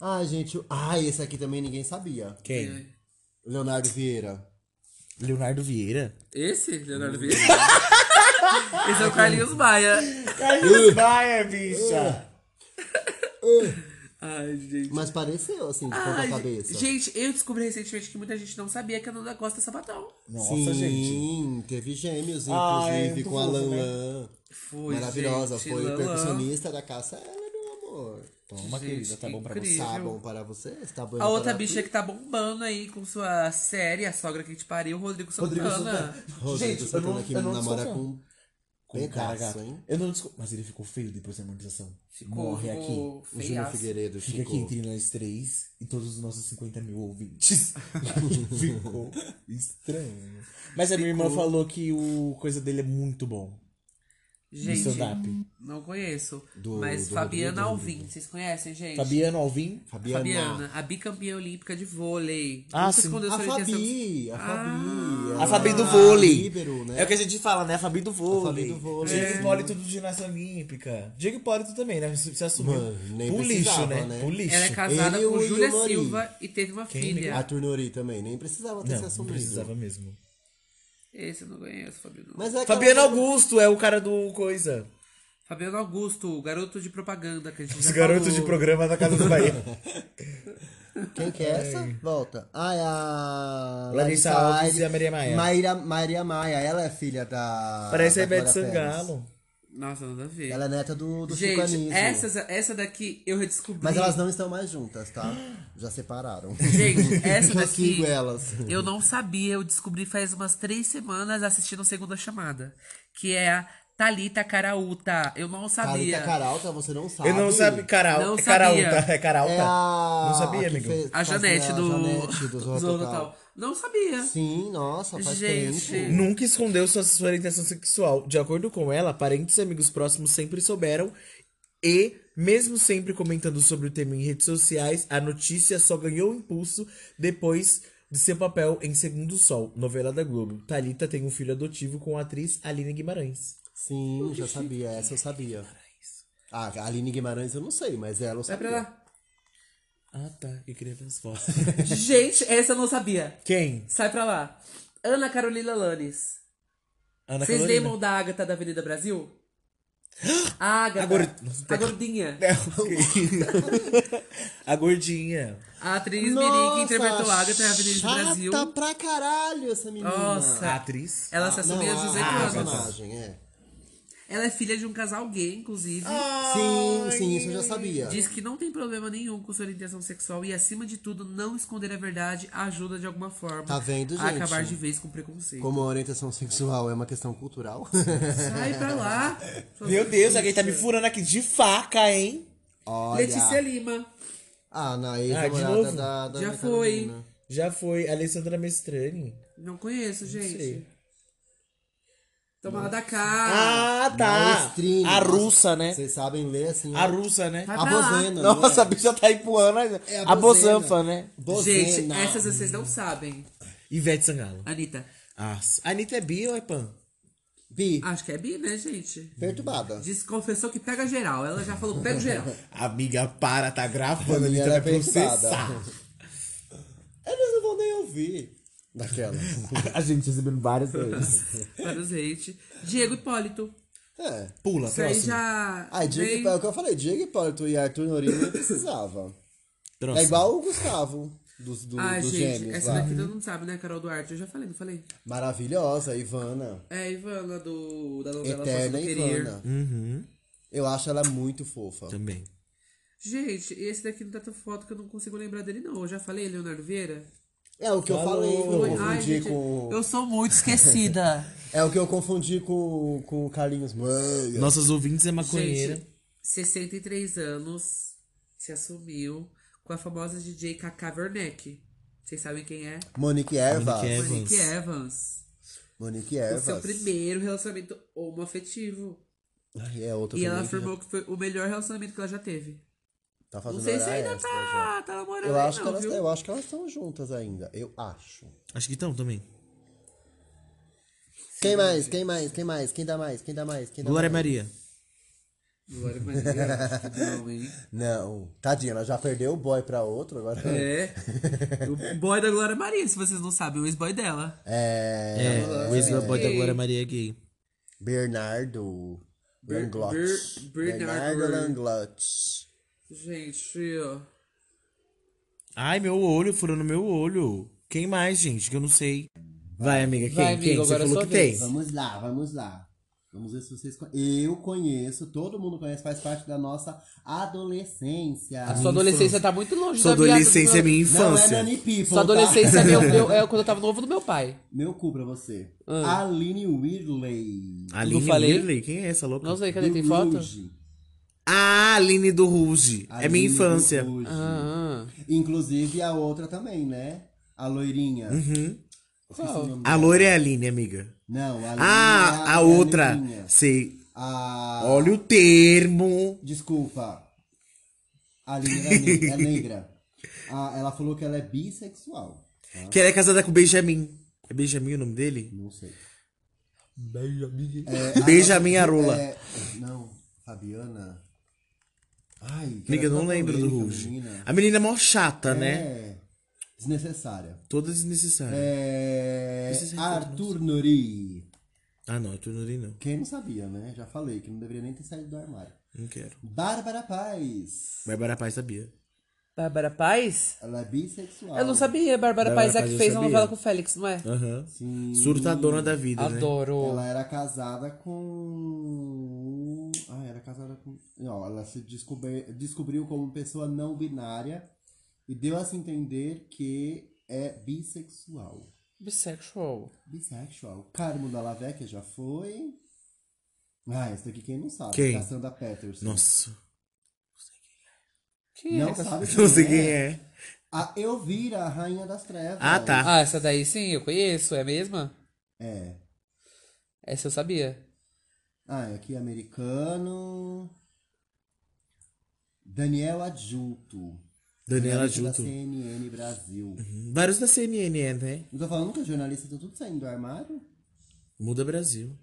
[SPEAKER 2] Ah, gente. o- Ah, esse aqui também ninguém sabia.
[SPEAKER 4] Quem?
[SPEAKER 2] Leonardo Vieira.
[SPEAKER 4] Leonardo Vieira.
[SPEAKER 3] Esse? Leonardo Vieira? Esse é o Carlinhos Maia.
[SPEAKER 4] Carlos Maia, bicha.
[SPEAKER 3] Ai, gente.
[SPEAKER 2] Mas pareceu, assim, de ponta
[SPEAKER 3] Ai,
[SPEAKER 2] cabeça.
[SPEAKER 3] gente, eu descobri recentemente que muita gente não sabia que a Nanda Costa é sapatão.
[SPEAKER 4] Nossa,
[SPEAKER 2] Sim,
[SPEAKER 4] gente. Ah,
[SPEAKER 2] teve gêmeos,
[SPEAKER 4] Ai,
[SPEAKER 2] inclusive,
[SPEAKER 4] muito
[SPEAKER 2] com a
[SPEAKER 4] fofo,
[SPEAKER 2] Lan
[SPEAKER 4] né?
[SPEAKER 2] Lan.
[SPEAKER 3] Foi,
[SPEAKER 2] Maravilhosa.
[SPEAKER 3] gente,
[SPEAKER 2] Foi
[SPEAKER 3] Lan Lan.
[SPEAKER 2] percussionista da caça. Ela, meu amor.
[SPEAKER 4] Toma,
[SPEAKER 3] Gente,
[SPEAKER 4] querida, tá bom pra
[SPEAKER 3] incrível.
[SPEAKER 4] você.
[SPEAKER 2] Tá bom para você? Tá bom
[SPEAKER 3] A outra
[SPEAKER 2] para
[SPEAKER 3] bicha que tá bombando aí com sua série, a sogra que te pariu, Rodrigo Santana.
[SPEAKER 2] Rodrigo Santana. Rodrigo
[SPEAKER 4] Gente, eu
[SPEAKER 2] Santana
[SPEAKER 4] não-
[SPEAKER 2] que
[SPEAKER 4] eu não
[SPEAKER 2] namora
[SPEAKER 4] sou fã.
[SPEAKER 2] com
[SPEAKER 4] Com cara,
[SPEAKER 2] pedaço,
[SPEAKER 4] gato.
[SPEAKER 2] hein?
[SPEAKER 4] Eu não desculpo. Mas ele ficou feio depois da imunização.
[SPEAKER 3] Ficou,
[SPEAKER 4] Morre
[SPEAKER 3] ficou
[SPEAKER 4] aqui.
[SPEAKER 2] o Júnior
[SPEAKER 3] feiaço.
[SPEAKER 2] Figueiredo
[SPEAKER 4] Fica aqui
[SPEAKER 2] ficou.
[SPEAKER 4] entre nós três e todos os nossos 50 mil ouvintes. ficou estranho. Mas a minha irmã falou que o coisa dele é muito bom.
[SPEAKER 3] Gente,
[SPEAKER 4] stand-up.
[SPEAKER 3] não conheço.
[SPEAKER 2] Do-
[SPEAKER 3] mas
[SPEAKER 2] do
[SPEAKER 3] Fabiana
[SPEAKER 2] Rodrigo
[SPEAKER 3] Alvim, vocês conhecem, gente?
[SPEAKER 4] Fabiano Alvim.
[SPEAKER 2] Fabiana.
[SPEAKER 3] Fabiana, a bicampeã olímpica de vôlei.
[SPEAKER 4] Ah,
[SPEAKER 3] Nunca
[SPEAKER 4] sim.
[SPEAKER 3] escondeu
[SPEAKER 2] A
[SPEAKER 3] sua orientação-
[SPEAKER 2] Fabi, a Fabi.
[SPEAKER 4] A Fabi do
[SPEAKER 2] Ah,
[SPEAKER 4] vôlei.
[SPEAKER 2] líbero, né?
[SPEAKER 4] É o que a gente fala, né? A Fabi do vôlei.
[SPEAKER 2] do vôlei. É.
[SPEAKER 4] Diego Hipólito do ginásio olímpica. Diego Hipólito também, né? Se se assumiu.
[SPEAKER 2] Mano, nem
[SPEAKER 4] Pro lixo,
[SPEAKER 2] precisava,
[SPEAKER 4] né?
[SPEAKER 2] né?
[SPEAKER 4] Pro lixo.
[SPEAKER 3] Ela é casada
[SPEAKER 2] Ele e
[SPEAKER 3] com
[SPEAKER 2] o
[SPEAKER 3] Júlia
[SPEAKER 2] Yuri.
[SPEAKER 3] Silva e teve uma filha.
[SPEAKER 2] A Turnori também, nem precisava ter
[SPEAKER 4] Não,
[SPEAKER 2] se
[SPEAKER 4] não
[SPEAKER 2] assumido.
[SPEAKER 4] precisava mesmo.
[SPEAKER 3] Esse eu não conheço, Fabiano.
[SPEAKER 2] Mas é aquela
[SPEAKER 4] Fabiano
[SPEAKER 2] coisa-
[SPEAKER 4] Augusto é o cara do coisa.
[SPEAKER 3] Fabiano Augusto, o garoto de propaganda que a gente
[SPEAKER 4] Os
[SPEAKER 3] já
[SPEAKER 4] garotos
[SPEAKER 3] falou.
[SPEAKER 4] de programa da Casa do Bahia.
[SPEAKER 2] Quem que é essa? Volta. Ah, é a.
[SPEAKER 4] Larissa Alves e a Maria Maia.
[SPEAKER 2] Maíra- Maria Maria Maia, ela é filha da.
[SPEAKER 4] Parece a
[SPEAKER 2] da
[SPEAKER 4] Ivete
[SPEAKER 2] Glória Pérez.
[SPEAKER 4] Sangalo.
[SPEAKER 3] Nossa, nada a ver.
[SPEAKER 2] Ela é neta do, do Chico
[SPEAKER 3] gente,
[SPEAKER 2] Anísio.
[SPEAKER 3] essas, essa daqui eu redescobri.
[SPEAKER 2] Mas elas não estão mais juntas, tá? Já separaram.
[SPEAKER 3] Gente, essa
[SPEAKER 2] Eu sigo
[SPEAKER 3] daqui
[SPEAKER 2] elas.
[SPEAKER 3] eu não sabia, eu descobri faz umas três semanas assistindo Segunda Chamada, que é a Thalita Carauta. Eu não sabia.
[SPEAKER 2] Carita Caralta, você não sabe.
[SPEAKER 4] Eu não sabe, Caral.
[SPEAKER 3] Não
[SPEAKER 4] é Caralta.
[SPEAKER 3] sabia.
[SPEAKER 4] É Caralta.
[SPEAKER 2] É a...
[SPEAKER 4] Não sabia,
[SPEAKER 2] que
[SPEAKER 4] amigo.
[SPEAKER 2] fez-
[SPEAKER 3] a
[SPEAKER 2] fazia
[SPEAKER 3] Janete do,
[SPEAKER 2] A Janete do Zorro
[SPEAKER 3] Zorro
[SPEAKER 2] Total.
[SPEAKER 3] Total. Não sabia.
[SPEAKER 2] Sim, nossa, faz
[SPEAKER 3] Gente.
[SPEAKER 2] tempo.
[SPEAKER 4] Nunca escondeu sua, sua orientação sexual. De acordo com ela, parentes e amigos próximos sempre souberam e, mesmo sempre comentando sobre o tema em redes sociais, a notícia só ganhou impulso depois de seu papel em Segundo Sol, novela da Globo. Thalita tem um filho adotivo com a atriz Aline Guimarães.
[SPEAKER 2] Sim, já sabia. Essa eu sabia. Ah, a Aline Guimarães eu não sei, mas ela eu
[SPEAKER 3] Vai
[SPEAKER 2] sabia.
[SPEAKER 3] É pra lá.
[SPEAKER 4] Ah, tá. Eu queria ver as fotos.
[SPEAKER 3] Gente, essa eu não sabia.
[SPEAKER 4] Quem?
[SPEAKER 3] Sai pra lá. Ana Carolina Lanes.
[SPEAKER 4] Ana
[SPEAKER 3] Vocês
[SPEAKER 4] Carolina.
[SPEAKER 3] lembram da Agatha da Avenida Brasil? A Agatha. A,
[SPEAKER 4] A gor- Nossa, tá-
[SPEAKER 3] gordinha.
[SPEAKER 4] a gordinha.
[SPEAKER 3] A atriz Mirim que interpretou a Agatha na Avenida
[SPEAKER 2] chata
[SPEAKER 3] Brasil.
[SPEAKER 2] pra caralho essa menina. Ah,
[SPEAKER 3] Nossa.
[SPEAKER 4] A atriz.
[SPEAKER 3] Tá. Ela se
[SPEAKER 2] Não,
[SPEAKER 3] assumiu aos
[SPEAKER 2] a-
[SPEAKER 3] 18
[SPEAKER 2] a
[SPEAKER 3] anos.
[SPEAKER 2] personagem, é.
[SPEAKER 3] Ela é filha de um casal gay, inclusive.
[SPEAKER 2] Ah, Sim, sim, isso eu já sabia.
[SPEAKER 3] Diz que não tem problema nenhum com sua orientação sexual e, acima de tudo, não esconder a verdade ajuda de alguma forma
[SPEAKER 2] Tá vendo,
[SPEAKER 3] a
[SPEAKER 2] gente?
[SPEAKER 3] acabar de vez com o preconceito.
[SPEAKER 2] Como a orientação sexual é uma questão cultural.
[SPEAKER 3] Sai pra lá.
[SPEAKER 4] Meu Deus, alguém tá me furando aqui de faca, hein?
[SPEAKER 2] Olha.
[SPEAKER 3] Letícia Lima.
[SPEAKER 2] Ah, na
[SPEAKER 4] Ah, de
[SPEAKER 2] ex-namorada
[SPEAKER 4] novo?
[SPEAKER 2] da, da
[SPEAKER 3] Já
[SPEAKER 2] Ana
[SPEAKER 3] foi.
[SPEAKER 2] Carolina.
[SPEAKER 4] Já foi Alessandra Mestrani.
[SPEAKER 3] Não conheço, gente.
[SPEAKER 4] sei.
[SPEAKER 3] Toma lá da cara.
[SPEAKER 4] Ah,
[SPEAKER 2] Na
[SPEAKER 4] tá.
[SPEAKER 2] Estrine.
[SPEAKER 4] A russa, né?
[SPEAKER 2] Vocês sabem ler assim.
[SPEAKER 4] A
[SPEAKER 2] né?
[SPEAKER 4] russa, né?
[SPEAKER 3] Vai
[SPEAKER 2] A
[SPEAKER 3] pra lá.
[SPEAKER 2] bozena.
[SPEAKER 4] Nossa, a
[SPEAKER 2] não
[SPEAKER 4] bicha tá empurrando a,
[SPEAKER 2] É
[SPEAKER 4] a bozanfa, né?
[SPEAKER 2] Bozena.
[SPEAKER 3] gente, essas vocês não sabem.
[SPEAKER 4] Ivete Sangalo.
[SPEAKER 3] Anitta,
[SPEAKER 4] Nossa. A Anitta é bi ou é pan?
[SPEAKER 2] Bi,
[SPEAKER 3] acho que é bi, né, gente?
[SPEAKER 2] perturbada.
[SPEAKER 3] Disse, confessou que pega geral. Ela já falou, pega geral.
[SPEAKER 4] Amiga, para, tá gravando.
[SPEAKER 2] Ela
[SPEAKER 4] A Anitta
[SPEAKER 2] era
[SPEAKER 4] vai processar.
[SPEAKER 2] Eles não vão nem ouvir. Daquela.
[SPEAKER 4] a gente recebendo várias vezes.
[SPEAKER 3] Para os hate. Diego Hipólito.
[SPEAKER 2] é.
[SPEAKER 4] Pula,
[SPEAKER 3] Isso aí
[SPEAKER 4] próximo.
[SPEAKER 3] já.
[SPEAKER 2] Ah, Diego,
[SPEAKER 3] vem-
[SPEAKER 2] é o que eu falei, Diego Hipólito e Arthur Norinho não precisava.
[SPEAKER 4] Próximo.
[SPEAKER 2] É igual o Gustavo dos, do,
[SPEAKER 3] Ah,
[SPEAKER 2] dos
[SPEAKER 3] gente,
[SPEAKER 2] gêmeos
[SPEAKER 3] essa
[SPEAKER 2] lá.
[SPEAKER 3] daqui todo mundo sabe, né? Carol Duarte. Eu já falei, não falei?
[SPEAKER 2] Maravilhosa, Ivana.
[SPEAKER 3] É a Ivana do, da novela Força
[SPEAKER 2] Eterna
[SPEAKER 3] do Querer.
[SPEAKER 2] Ivana.
[SPEAKER 4] Uhum.
[SPEAKER 2] Eu acho ela muito fofa.
[SPEAKER 4] Também.
[SPEAKER 3] Gente, esse daqui não tá tão foto que eu não consigo lembrar dele, não. Eu já falei, Leonardo Vieira?
[SPEAKER 2] É o que
[SPEAKER 4] Falou.
[SPEAKER 2] eu falei, eu
[SPEAKER 3] Ai,
[SPEAKER 2] confundi
[SPEAKER 3] gente,
[SPEAKER 2] com.
[SPEAKER 3] eu sou muito esquecida.
[SPEAKER 2] É o que eu confundi com, com o Carlinhos Maia.
[SPEAKER 4] Nossas ouvintes é maconheira.
[SPEAKER 3] gente, 63 anos, se assumiu com a famosa DJ Kaká Werneck. Vocês sabem quem é?
[SPEAKER 2] Monique Ervas.
[SPEAKER 4] Monique Ervas.
[SPEAKER 3] Monique Evans.
[SPEAKER 2] Monique
[SPEAKER 3] O seu
[SPEAKER 2] Ervas.
[SPEAKER 3] primeiro relacionamento homoafetivo.
[SPEAKER 2] Ai, é outra
[SPEAKER 3] E ela
[SPEAKER 2] também que já
[SPEAKER 3] afirmou que foi o melhor relacionamento que ela já teve.
[SPEAKER 2] Tá
[SPEAKER 3] Não
[SPEAKER 2] fazendo
[SPEAKER 3] sei se
[SPEAKER 2] hora
[SPEAKER 3] ainda
[SPEAKER 2] extra já.
[SPEAKER 3] tá, tá namorando
[SPEAKER 2] Eu
[SPEAKER 3] aí
[SPEAKER 2] acho,
[SPEAKER 3] não,
[SPEAKER 2] que elas,
[SPEAKER 3] viu?
[SPEAKER 2] eu acho que elas estão juntas ainda. Eu acho.
[SPEAKER 4] Acho que estão também.
[SPEAKER 2] Quem mais? Quem mais? Quem mais? Quem dá mais? Quem dá mais? Quem dá
[SPEAKER 4] Glória
[SPEAKER 2] mais?
[SPEAKER 4] Maria.
[SPEAKER 3] Glória Maria, acho que não, hein?
[SPEAKER 4] é
[SPEAKER 2] Não. Tadinha, ela já perdeu o boy pra outro agora.
[SPEAKER 3] É. O boy da Glória Maria, se vocês não sabem, o ex-boy dela.
[SPEAKER 2] É.
[SPEAKER 4] É, o ex-boy da
[SPEAKER 3] Gay.
[SPEAKER 4] Glória Maria é gay.
[SPEAKER 2] Bernardo.
[SPEAKER 3] Ber-
[SPEAKER 2] Langlot.
[SPEAKER 3] Ber- Bernardo-
[SPEAKER 2] Bernardo Langlot.
[SPEAKER 3] Gente, ó.
[SPEAKER 4] Ai, meu olho, furou no meu olho. Quem mais, gente? Que eu não sei. Vai, amiga, quem?
[SPEAKER 3] Vai, amiga,
[SPEAKER 4] quem? Você
[SPEAKER 3] agora é
[SPEAKER 4] falou
[SPEAKER 3] sua
[SPEAKER 4] que
[SPEAKER 3] vez.
[SPEAKER 4] tem.
[SPEAKER 2] Vamos lá, vamos lá. Vamos ver se vocês conhecem. Eu conheço, todo mundo conhece, faz parte da nossa adolescência.
[SPEAKER 3] A sua adolescência tá muito longe
[SPEAKER 4] Sua
[SPEAKER 3] da minha- do
[SPEAKER 4] adolescência é
[SPEAKER 3] meu-
[SPEAKER 4] minha
[SPEAKER 2] Não é
[SPEAKER 4] infância.
[SPEAKER 2] Nani People.
[SPEAKER 3] Sua
[SPEAKER 2] tá?
[SPEAKER 3] adolescência é, meu, meu- é quando eu tava novo do meu pai.
[SPEAKER 2] Meu cu pra você.
[SPEAKER 3] Ah.
[SPEAKER 2] Aline Whirley.
[SPEAKER 4] Aline
[SPEAKER 3] Não falei?
[SPEAKER 4] Whirley? Quem é essa louca?
[SPEAKER 3] Não sei, cadê?
[SPEAKER 2] Do
[SPEAKER 3] Tem foto?
[SPEAKER 2] Rouge.
[SPEAKER 4] Ah, Aline do Ruge. É
[SPEAKER 2] Aline
[SPEAKER 4] minha
[SPEAKER 2] do
[SPEAKER 4] infância.
[SPEAKER 2] Rouge.
[SPEAKER 3] Ah,
[SPEAKER 2] Inclusive a outra também, né? A loirinha.
[SPEAKER 3] Uhum.
[SPEAKER 2] Esqueci o
[SPEAKER 3] Qual?
[SPEAKER 2] nome
[SPEAKER 4] A
[SPEAKER 2] dela.
[SPEAKER 4] loira é a Aline, amiga.
[SPEAKER 2] Não, a Aline é
[SPEAKER 4] Ah, a
[SPEAKER 2] é
[SPEAKER 4] outra.
[SPEAKER 2] loirinha.
[SPEAKER 4] Sei.
[SPEAKER 2] A...
[SPEAKER 4] Olha o termo.
[SPEAKER 2] Desculpa. A Aline é ne- é negra. Ah, ela falou que ela é bissexual. tá?
[SPEAKER 4] Que ela é casada com o Benjamin. É Benjamin o nome dele?
[SPEAKER 2] Não sei.
[SPEAKER 4] Benjamin.
[SPEAKER 2] É, a
[SPEAKER 4] Benjamin
[SPEAKER 2] nossa-
[SPEAKER 4] Arula.
[SPEAKER 2] é, não, Fabiana. Ai, que
[SPEAKER 4] Amiga, eu
[SPEAKER 2] era
[SPEAKER 4] não
[SPEAKER 2] tão
[SPEAKER 4] lembro do
[SPEAKER 2] polêmica,
[SPEAKER 4] Ruge.
[SPEAKER 2] menina.
[SPEAKER 4] A menina é mó chata, né?
[SPEAKER 2] né? É. Desnecessária.
[SPEAKER 4] Toda desnecessária.
[SPEAKER 2] É,
[SPEAKER 4] Precisa recordar,
[SPEAKER 2] Arthur Nori.
[SPEAKER 4] Ah, não, é Tunuri não.
[SPEAKER 2] Quem não sabia, né? Já falei que não deveria nem ter saído do armário.
[SPEAKER 4] Não quero.
[SPEAKER 2] Bárbara Paz.
[SPEAKER 4] Bárbara Paz sabia.
[SPEAKER 3] Bárbara Paz?
[SPEAKER 2] Ela é bissexual.
[SPEAKER 3] Eu não sabia, Bárbara
[SPEAKER 4] Bárbara
[SPEAKER 3] Paz é a
[SPEAKER 4] Paz,
[SPEAKER 3] que
[SPEAKER 4] eu
[SPEAKER 3] fez a
[SPEAKER 4] sabia.
[SPEAKER 3] novela com o Félix, não é?
[SPEAKER 4] Aham.
[SPEAKER 2] Sim.
[SPEAKER 4] Surtadona da vida, né?
[SPEAKER 3] Adoro.
[SPEAKER 2] Ela era casada com. Ah, era casada com. Não, ela se descobre- descobriu como pessoa não binária e deu a se entender que é bissexual.
[SPEAKER 3] Bissexual.
[SPEAKER 2] Bissexual. Carmo da que já foi. Ah, essa daqui quem não sabe.
[SPEAKER 4] Quem?
[SPEAKER 2] Cassandra Peterson.
[SPEAKER 4] Nossa.
[SPEAKER 3] Quem é
[SPEAKER 2] Não
[SPEAKER 3] essa?
[SPEAKER 2] sabe quem
[SPEAKER 4] Não sei
[SPEAKER 2] é.
[SPEAKER 4] quem é.
[SPEAKER 2] A Elvira, a Rainha das Trevas.
[SPEAKER 4] Ah, tá.
[SPEAKER 3] Ah, essa daí sim, eu conheço, é a mesma?
[SPEAKER 2] É.
[SPEAKER 3] Essa eu sabia.
[SPEAKER 2] Ah, é aqui americano. Daniel Adjunto.
[SPEAKER 4] Daniela
[SPEAKER 2] Jornalista
[SPEAKER 4] Juto.
[SPEAKER 2] Da CNN Brasil.
[SPEAKER 4] Vários da CNN, né?
[SPEAKER 2] Não tô falando que os jornalistas estão tudo saindo do armário?
[SPEAKER 4] Muda Brasil.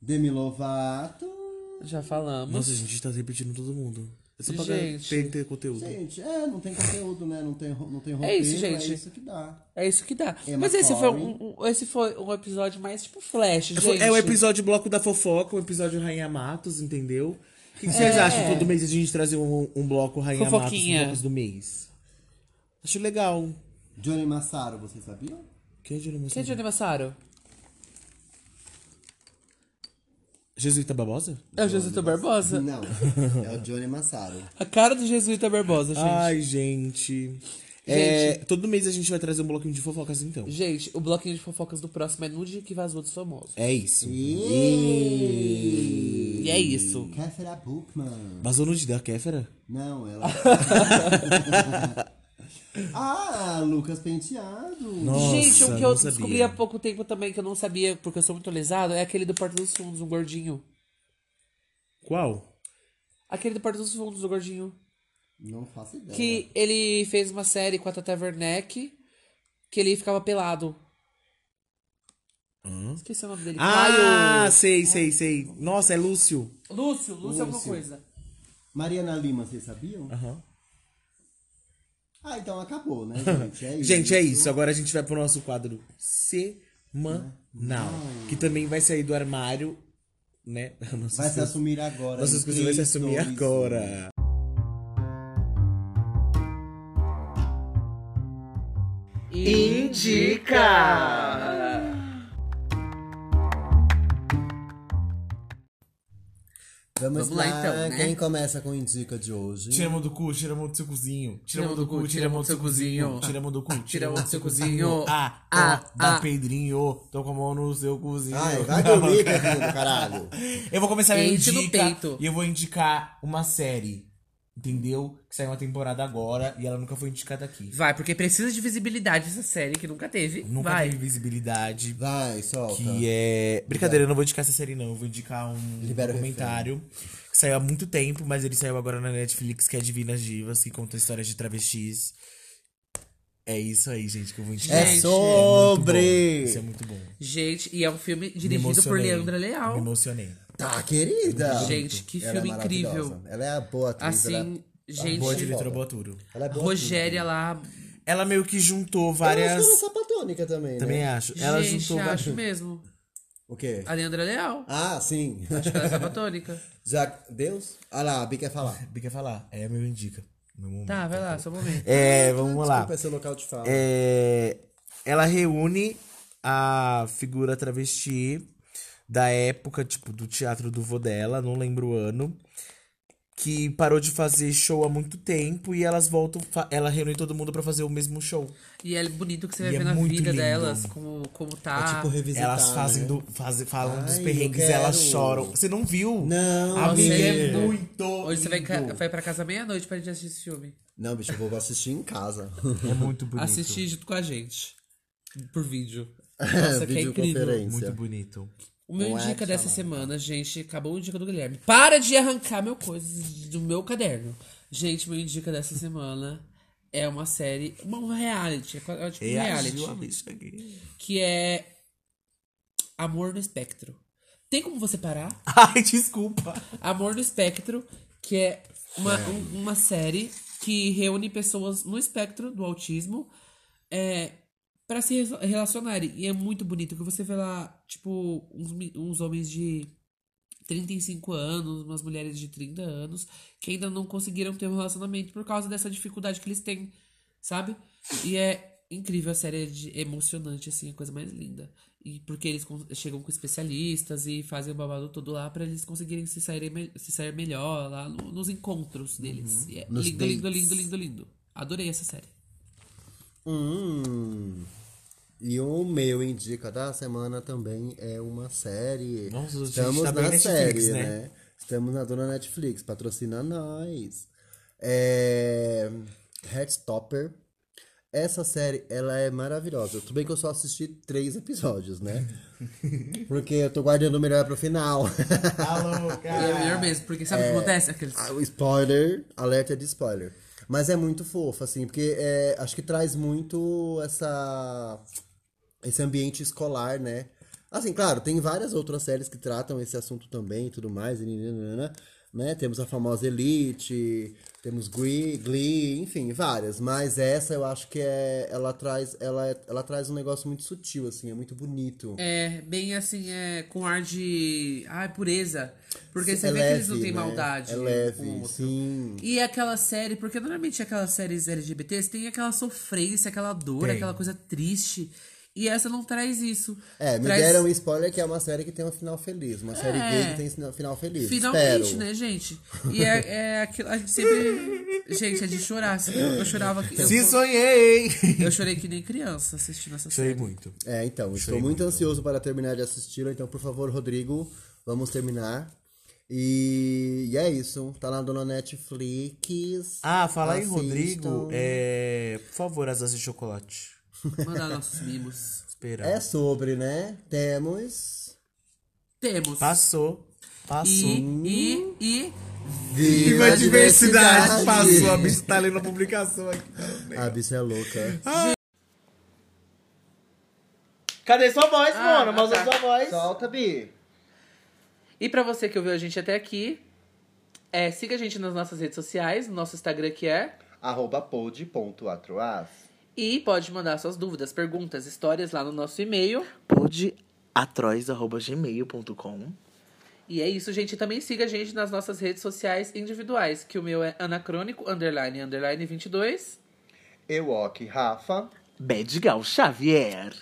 [SPEAKER 2] Demi Lovato.
[SPEAKER 3] Já falamos.
[SPEAKER 4] Nossa, a gente tá repetindo todo mundo. É só pra
[SPEAKER 3] Gente.
[SPEAKER 4] ter, ter conteúdo.
[SPEAKER 2] Gente, é, não tem conteúdo, né? Não tem, ro- não tem roteiro.
[SPEAKER 3] isso, gente.
[SPEAKER 2] É isso que dá.
[SPEAKER 3] É isso que dá.
[SPEAKER 2] Emma
[SPEAKER 3] Mas esse foi
[SPEAKER 2] Corrin.
[SPEAKER 3] um, um- esse foi um episódio mais tipo flash,
[SPEAKER 4] É,
[SPEAKER 3] gente.
[SPEAKER 4] foi- É o episódio Bloco da Fofoca, o episódio Rainha Matos, entendeu? O que, que vocês acham? Todo mês a gente trazer um, um bloco Rainha
[SPEAKER 3] É. Fofoquinha.
[SPEAKER 4] Matos, fofocas do mês. Acho legal.
[SPEAKER 2] Johnny Massaro, vocês sabiam?
[SPEAKER 4] Quem é Júlio
[SPEAKER 3] Quem é
[SPEAKER 4] Moçada?
[SPEAKER 3] Johnny Massaro?
[SPEAKER 4] Jesuíta Babosa?
[SPEAKER 3] É o Jesuíta Barbosa.
[SPEAKER 4] Né.
[SPEAKER 2] Não, é o Johnny Massaro.
[SPEAKER 3] A cara do Jesuíta Barbosa, gente.
[SPEAKER 4] Ai, gente. É, todo mês a gente vai trazer um bloquinho de fofocas, então.
[SPEAKER 3] Gente, o bloquinho de fofocas do próximo é no dia que vazou dos famosos.
[SPEAKER 4] É isso.
[SPEAKER 3] E é isso.
[SPEAKER 2] Kéfera Bookman.
[SPEAKER 4] Vazou no dia da Kéfera?
[SPEAKER 2] Não, ela. ah, Lucas Penteado.
[SPEAKER 3] gente, o
[SPEAKER 4] Nossa,
[SPEAKER 3] que eu
[SPEAKER 4] não sabia.
[SPEAKER 3] descobri há pouco tempo também, que eu não sabia, porque eu sou muito lesado, é aquele do Porta dos Fundos, um gordinho.
[SPEAKER 4] Qual?
[SPEAKER 3] Aquele do Porta dos Fundos, o gordinho.
[SPEAKER 2] Não faço ideia.
[SPEAKER 3] Que ele fez uma série com a Tata Werneck, que ele ficava pelado. Esqueci o nome dele.
[SPEAKER 4] Hum? Ah, sei, sei, sei. Nossa, é Lúcio.
[SPEAKER 3] Caio. Lúcio, Lúcio é alguma
[SPEAKER 2] Lúcio.
[SPEAKER 3] coisa.
[SPEAKER 2] Mariana Lima, vocês sabiam?
[SPEAKER 4] Aham.
[SPEAKER 2] Ah, então acabou, né, gente? É isso.
[SPEAKER 4] Gente, é isso. Agora a gente vai pro nosso quadro semanal. Que também vai sair do armário, né? Nossa,
[SPEAKER 2] Vai se assumir agora.
[SPEAKER 4] Nossa,
[SPEAKER 2] em
[SPEAKER 4] exclusivo vai se
[SPEAKER 2] três,
[SPEAKER 4] assumir
[SPEAKER 2] dois, um.
[SPEAKER 4] agora.
[SPEAKER 1] Indica!
[SPEAKER 2] Vamos,
[SPEAKER 3] Vamos lá, então, né?
[SPEAKER 2] Quem começa com o indica de hoje?
[SPEAKER 4] Tira a mão do cu, tira a mão do seu cozinho. Tira a mão do cu, tira a mão do seu cozinho. Tira a mão do cu, tira a mão do seu cozinho. Ah, ah, dá Pedrinho. Tô com a mão no seu cozinho.
[SPEAKER 2] Ai, vai dormir, Pedrinho, do caralho.
[SPEAKER 4] Eu vou começar a
[SPEAKER 3] Ente no
[SPEAKER 4] indicar
[SPEAKER 3] peito.
[SPEAKER 4] e eu vou indicar uma série entendeu? Que saiu uma temporada agora e ela nunca foi indicada aqui.
[SPEAKER 3] Vai, porque precisa de visibilidade essa série que nunca teve.
[SPEAKER 4] Nunca
[SPEAKER 3] Vai.
[SPEAKER 4] teve visibilidade.
[SPEAKER 2] Vai, solta.
[SPEAKER 4] Que é. Brincadeira, eu não vou indicar essa série, não. Eu vou indicar um
[SPEAKER 2] Libera o
[SPEAKER 4] documentário que saiu há muito tempo, mas ele saiu agora na Netflix, que é Divinas Divas, que conta histórias de travestis. É isso aí, gente, que eu vou indicar.
[SPEAKER 2] É
[SPEAKER 4] Gente,
[SPEAKER 2] sobre!
[SPEAKER 4] muito bom. Isso é muito bom.
[SPEAKER 3] Gente, e é um filme
[SPEAKER 4] Me
[SPEAKER 3] dirigido por
[SPEAKER 4] emocionei.
[SPEAKER 3] Leandra Leal.
[SPEAKER 4] Me emocionei.
[SPEAKER 2] Tá, querida.
[SPEAKER 3] Gente, que
[SPEAKER 2] Ela é
[SPEAKER 3] filme incrível.
[SPEAKER 2] maravilhosa. Ela é a boa atriz.
[SPEAKER 3] Assim,
[SPEAKER 2] ela é
[SPEAKER 3] gente.
[SPEAKER 4] Boa
[SPEAKER 2] de
[SPEAKER 4] diretora
[SPEAKER 2] bola.
[SPEAKER 4] Boturo.
[SPEAKER 2] ela é, ela é boa
[SPEAKER 3] Rogéria lá.
[SPEAKER 4] Ela meio que juntou
[SPEAKER 2] atriz. Ela
[SPEAKER 4] várias.
[SPEAKER 2] é sapatônica também,
[SPEAKER 4] Também é.
[SPEAKER 2] né?
[SPEAKER 4] acho. Ela
[SPEAKER 3] gente,
[SPEAKER 4] juntou várias.
[SPEAKER 3] acho mesmo.
[SPEAKER 2] O quê?
[SPEAKER 3] A Leandra Leal.
[SPEAKER 2] Ah, sim.
[SPEAKER 3] Ela é sapatônica.
[SPEAKER 2] Já... Deus? Ah lá, a Bi quer falar.
[SPEAKER 4] Bem quer falar. É meu indica. Meu momento.
[SPEAKER 3] Tá, vai lá, só um momento.
[SPEAKER 4] É, vamos lá.
[SPEAKER 2] Desculpa esse local de fala.
[SPEAKER 4] É, ela reúne a figura travesti da época, tipo, do teatro do vô dela, não lembro o ano, que parou de fazer show há muito tempo e elas voltam, fa- ela reúne todo mundo pra fazer o mesmo show.
[SPEAKER 3] E é bonito que você vai
[SPEAKER 4] E é
[SPEAKER 3] ver na
[SPEAKER 4] muito
[SPEAKER 3] vida
[SPEAKER 4] lindo.
[SPEAKER 3] delas, como, como tá.
[SPEAKER 2] É tipo revisitar,
[SPEAKER 4] elas fazem
[SPEAKER 2] né?
[SPEAKER 4] do, fazem, falam dos
[SPEAKER 2] Ai,
[SPEAKER 4] perrengues,
[SPEAKER 2] eu
[SPEAKER 4] elas
[SPEAKER 2] quero.
[SPEAKER 4] choram. Você não viu?
[SPEAKER 2] Não,
[SPEAKER 4] Amiga,
[SPEAKER 3] você
[SPEAKER 4] é
[SPEAKER 3] viu.
[SPEAKER 4] muito
[SPEAKER 3] Hoje você vai,
[SPEAKER 4] lindo.
[SPEAKER 3] ca- vai pra casa meia-noite pra gente assistir esse filme.
[SPEAKER 2] Não, bicho, eu vou assistir em casa.
[SPEAKER 4] É muito bonito.
[SPEAKER 5] Assistir junto com a gente. Por vídeo. que é incrível.
[SPEAKER 4] Muito
[SPEAKER 2] Videoconferência.
[SPEAKER 3] Um
[SPEAKER 4] bonito.
[SPEAKER 3] O meu
[SPEAKER 2] Não é
[SPEAKER 3] dica
[SPEAKER 2] que
[SPEAKER 3] dessa
[SPEAKER 2] chama.
[SPEAKER 3] semana, gente, acabou o dica do Guilherme. Para de arrancar meu coisa do meu caderno. Gente, meu dica dessa semana é uma série, uma um reality, é quase- é tipo um reality,
[SPEAKER 4] Reagiu a bicha aqui.
[SPEAKER 3] que é Amor no Espectro. Tem como você parar?
[SPEAKER 4] Ai, desculpa.
[SPEAKER 3] Amor no Espectro, que é uma, um- uma série que reúne pessoas no espectro do autismo é, para se re- relacionarem. E é muito bonito que você vê lá, tipo, uns, mi- uns homens de 35 anos, umas mulheres de 30 anos, que ainda não conseguiram ter um relacionamento por causa dessa dificuldade que eles têm, sabe? E é incrível, a série é de- emocionante, assim, a coisa mais linda. E porque eles con- chegam com especialistas e fazem o babado todo lá pra eles conseguirem se sair, me- se sair melhor lá no- nos encontros deles. E é
[SPEAKER 2] Nos
[SPEAKER 3] lindo, lindo,
[SPEAKER 2] dates.
[SPEAKER 3] lindo, lindo, lindo. Adorei essa série.
[SPEAKER 2] Hum. E o meu indica da semana também é uma série.
[SPEAKER 4] Nossa, gente,
[SPEAKER 2] Estamos
[SPEAKER 4] tá bem
[SPEAKER 2] na
[SPEAKER 4] Netflix,
[SPEAKER 2] série,
[SPEAKER 4] né?
[SPEAKER 2] Estamos na dona Netflix, patrocina nós. É... Headstopper. Essa série, ela é maravilhosa. Tudo bem que eu só assisti três episódios, né? Porque eu tô guardando o melhor pro final.
[SPEAKER 4] Alô,
[SPEAKER 3] E é melhor mesmo, porque sabe o que acontece? Aqueles...
[SPEAKER 2] Ah, o spoiler, alerta de spoiler. Mas é muito fofo, assim, porque é, acho que traz muito essa, esse ambiente escolar, né? Assim, claro, tem várias outras séries que tratam esse assunto também e tudo mais, e nananana, né? Temos a famosa Elite, temos Glee, Glee, enfim, várias. Mas essa eu acho que é, ela, traz, ela, é- ela traz um negócio muito sutil, assim, é muito bonito.
[SPEAKER 3] É, bem assim, é, com ar de. Ai, pureza. Porque você
[SPEAKER 2] É
[SPEAKER 3] vê que eles não
[SPEAKER 2] leve,
[SPEAKER 3] têm
[SPEAKER 2] né?
[SPEAKER 3] maldade.
[SPEAKER 2] É
[SPEAKER 3] um
[SPEAKER 2] leve,
[SPEAKER 3] com o outro.
[SPEAKER 2] sim.
[SPEAKER 3] E aquela série, porque normalmente aquelas séries LGBTs tem aquela sofrência, aquela dor,
[SPEAKER 4] Tem.
[SPEAKER 3] aquela coisa triste. E essa não traz isso.
[SPEAKER 2] É, me
[SPEAKER 3] traz... É.
[SPEAKER 2] deram um spoiler que é uma série que tem um final feliz. Uma série gay que tem sina- final feliz.
[SPEAKER 3] Finalmente,
[SPEAKER 2] Espero.
[SPEAKER 3] né, gente? E é, é aquilo. A gente sempre. gente, é de chorar. Eu chorava. que- Eu,
[SPEAKER 4] Se sonhei!
[SPEAKER 3] eu chorei que nem criança assistindo essa série.
[SPEAKER 4] Chorei muito.
[SPEAKER 2] É, então, estou muito ansioso para terminar de assisti-la. Então, por favor, Rodrigo, vamos terminar. E, e é isso. Tá na dona Netflix.
[SPEAKER 4] Ah, falar em
[SPEAKER 2] Assistam.
[SPEAKER 4] Rodrigo, é... por favor, as asas de chocolate.
[SPEAKER 3] Mandar nossos mimos.
[SPEAKER 4] Espera.
[SPEAKER 2] É sobre, né? Temos.
[SPEAKER 3] Temos.
[SPEAKER 4] Tá Passou.
[SPEAKER 3] E,
[SPEAKER 4] Passou.
[SPEAKER 3] e, e.
[SPEAKER 2] Viva
[SPEAKER 4] bicha tá lendo a publicação aqui.
[SPEAKER 2] A bicha é louca.
[SPEAKER 4] Cadê sua voz,
[SPEAKER 3] Ah,
[SPEAKER 4] mano? Mas
[SPEAKER 3] tá.
[SPEAKER 4] sua voz.
[SPEAKER 2] Solta, Bi.
[SPEAKER 3] E pra você que ouviu a gente até aqui, é, siga a gente nas nossas redes sociais, no nosso Instagram que é.
[SPEAKER 2] Arroba pod.atroaz.
[SPEAKER 3] E pode mandar suas dúvidas, perguntas, histórias lá no nosso e-mail.
[SPEAKER 4] Podeatroz.gmail.com
[SPEAKER 3] E é isso, gente. Também siga a gente nas nossas redes sociais individuais, que o meu é anacrônico, underline, underline 22.
[SPEAKER 2] Eu, Ok, Rafa.
[SPEAKER 4] Bedgal Xavier.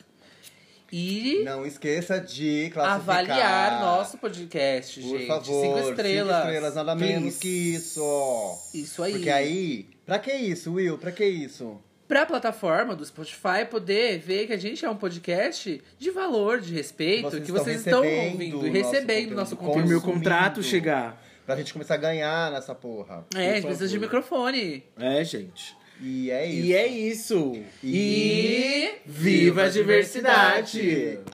[SPEAKER 3] E
[SPEAKER 2] Não esqueça de
[SPEAKER 3] avaliar nosso podcast,
[SPEAKER 2] Por
[SPEAKER 3] gente.
[SPEAKER 2] favor,
[SPEAKER 3] cinco estrelas.
[SPEAKER 2] Cinco estrelas, nada
[SPEAKER 3] Please.
[SPEAKER 2] menos que isso.
[SPEAKER 3] Isso aí.
[SPEAKER 2] Porque aí, pra que isso, Will? Pra que isso?
[SPEAKER 3] Pra plataforma do Spotify poder ver que a gente é um podcast de valor, de respeito,
[SPEAKER 2] Vocês
[SPEAKER 3] que
[SPEAKER 2] estão
[SPEAKER 3] vocês estão
[SPEAKER 2] recebendo
[SPEAKER 3] ouvindo e
[SPEAKER 2] o nosso
[SPEAKER 3] recebendo nosso
[SPEAKER 2] conteúdo. um
[SPEAKER 3] conteúdo.
[SPEAKER 2] Quando meu contrato chegar. Pra gente começar a ganhar nessa porra.
[SPEAKER 3] É, a
[SPEAKER 2] Por
[SPEAKER 3] gente precisa de
[SPEAKER 2] favor.
[SPEAKER 3] microfone.
[SPEAKER 1] É, gente.
[SPEAKER 2] E é isso.
[SPEAKER 1] E é isso.
[SPEAKER 3] E.
[SPEAKER 2] Viva a diversidade!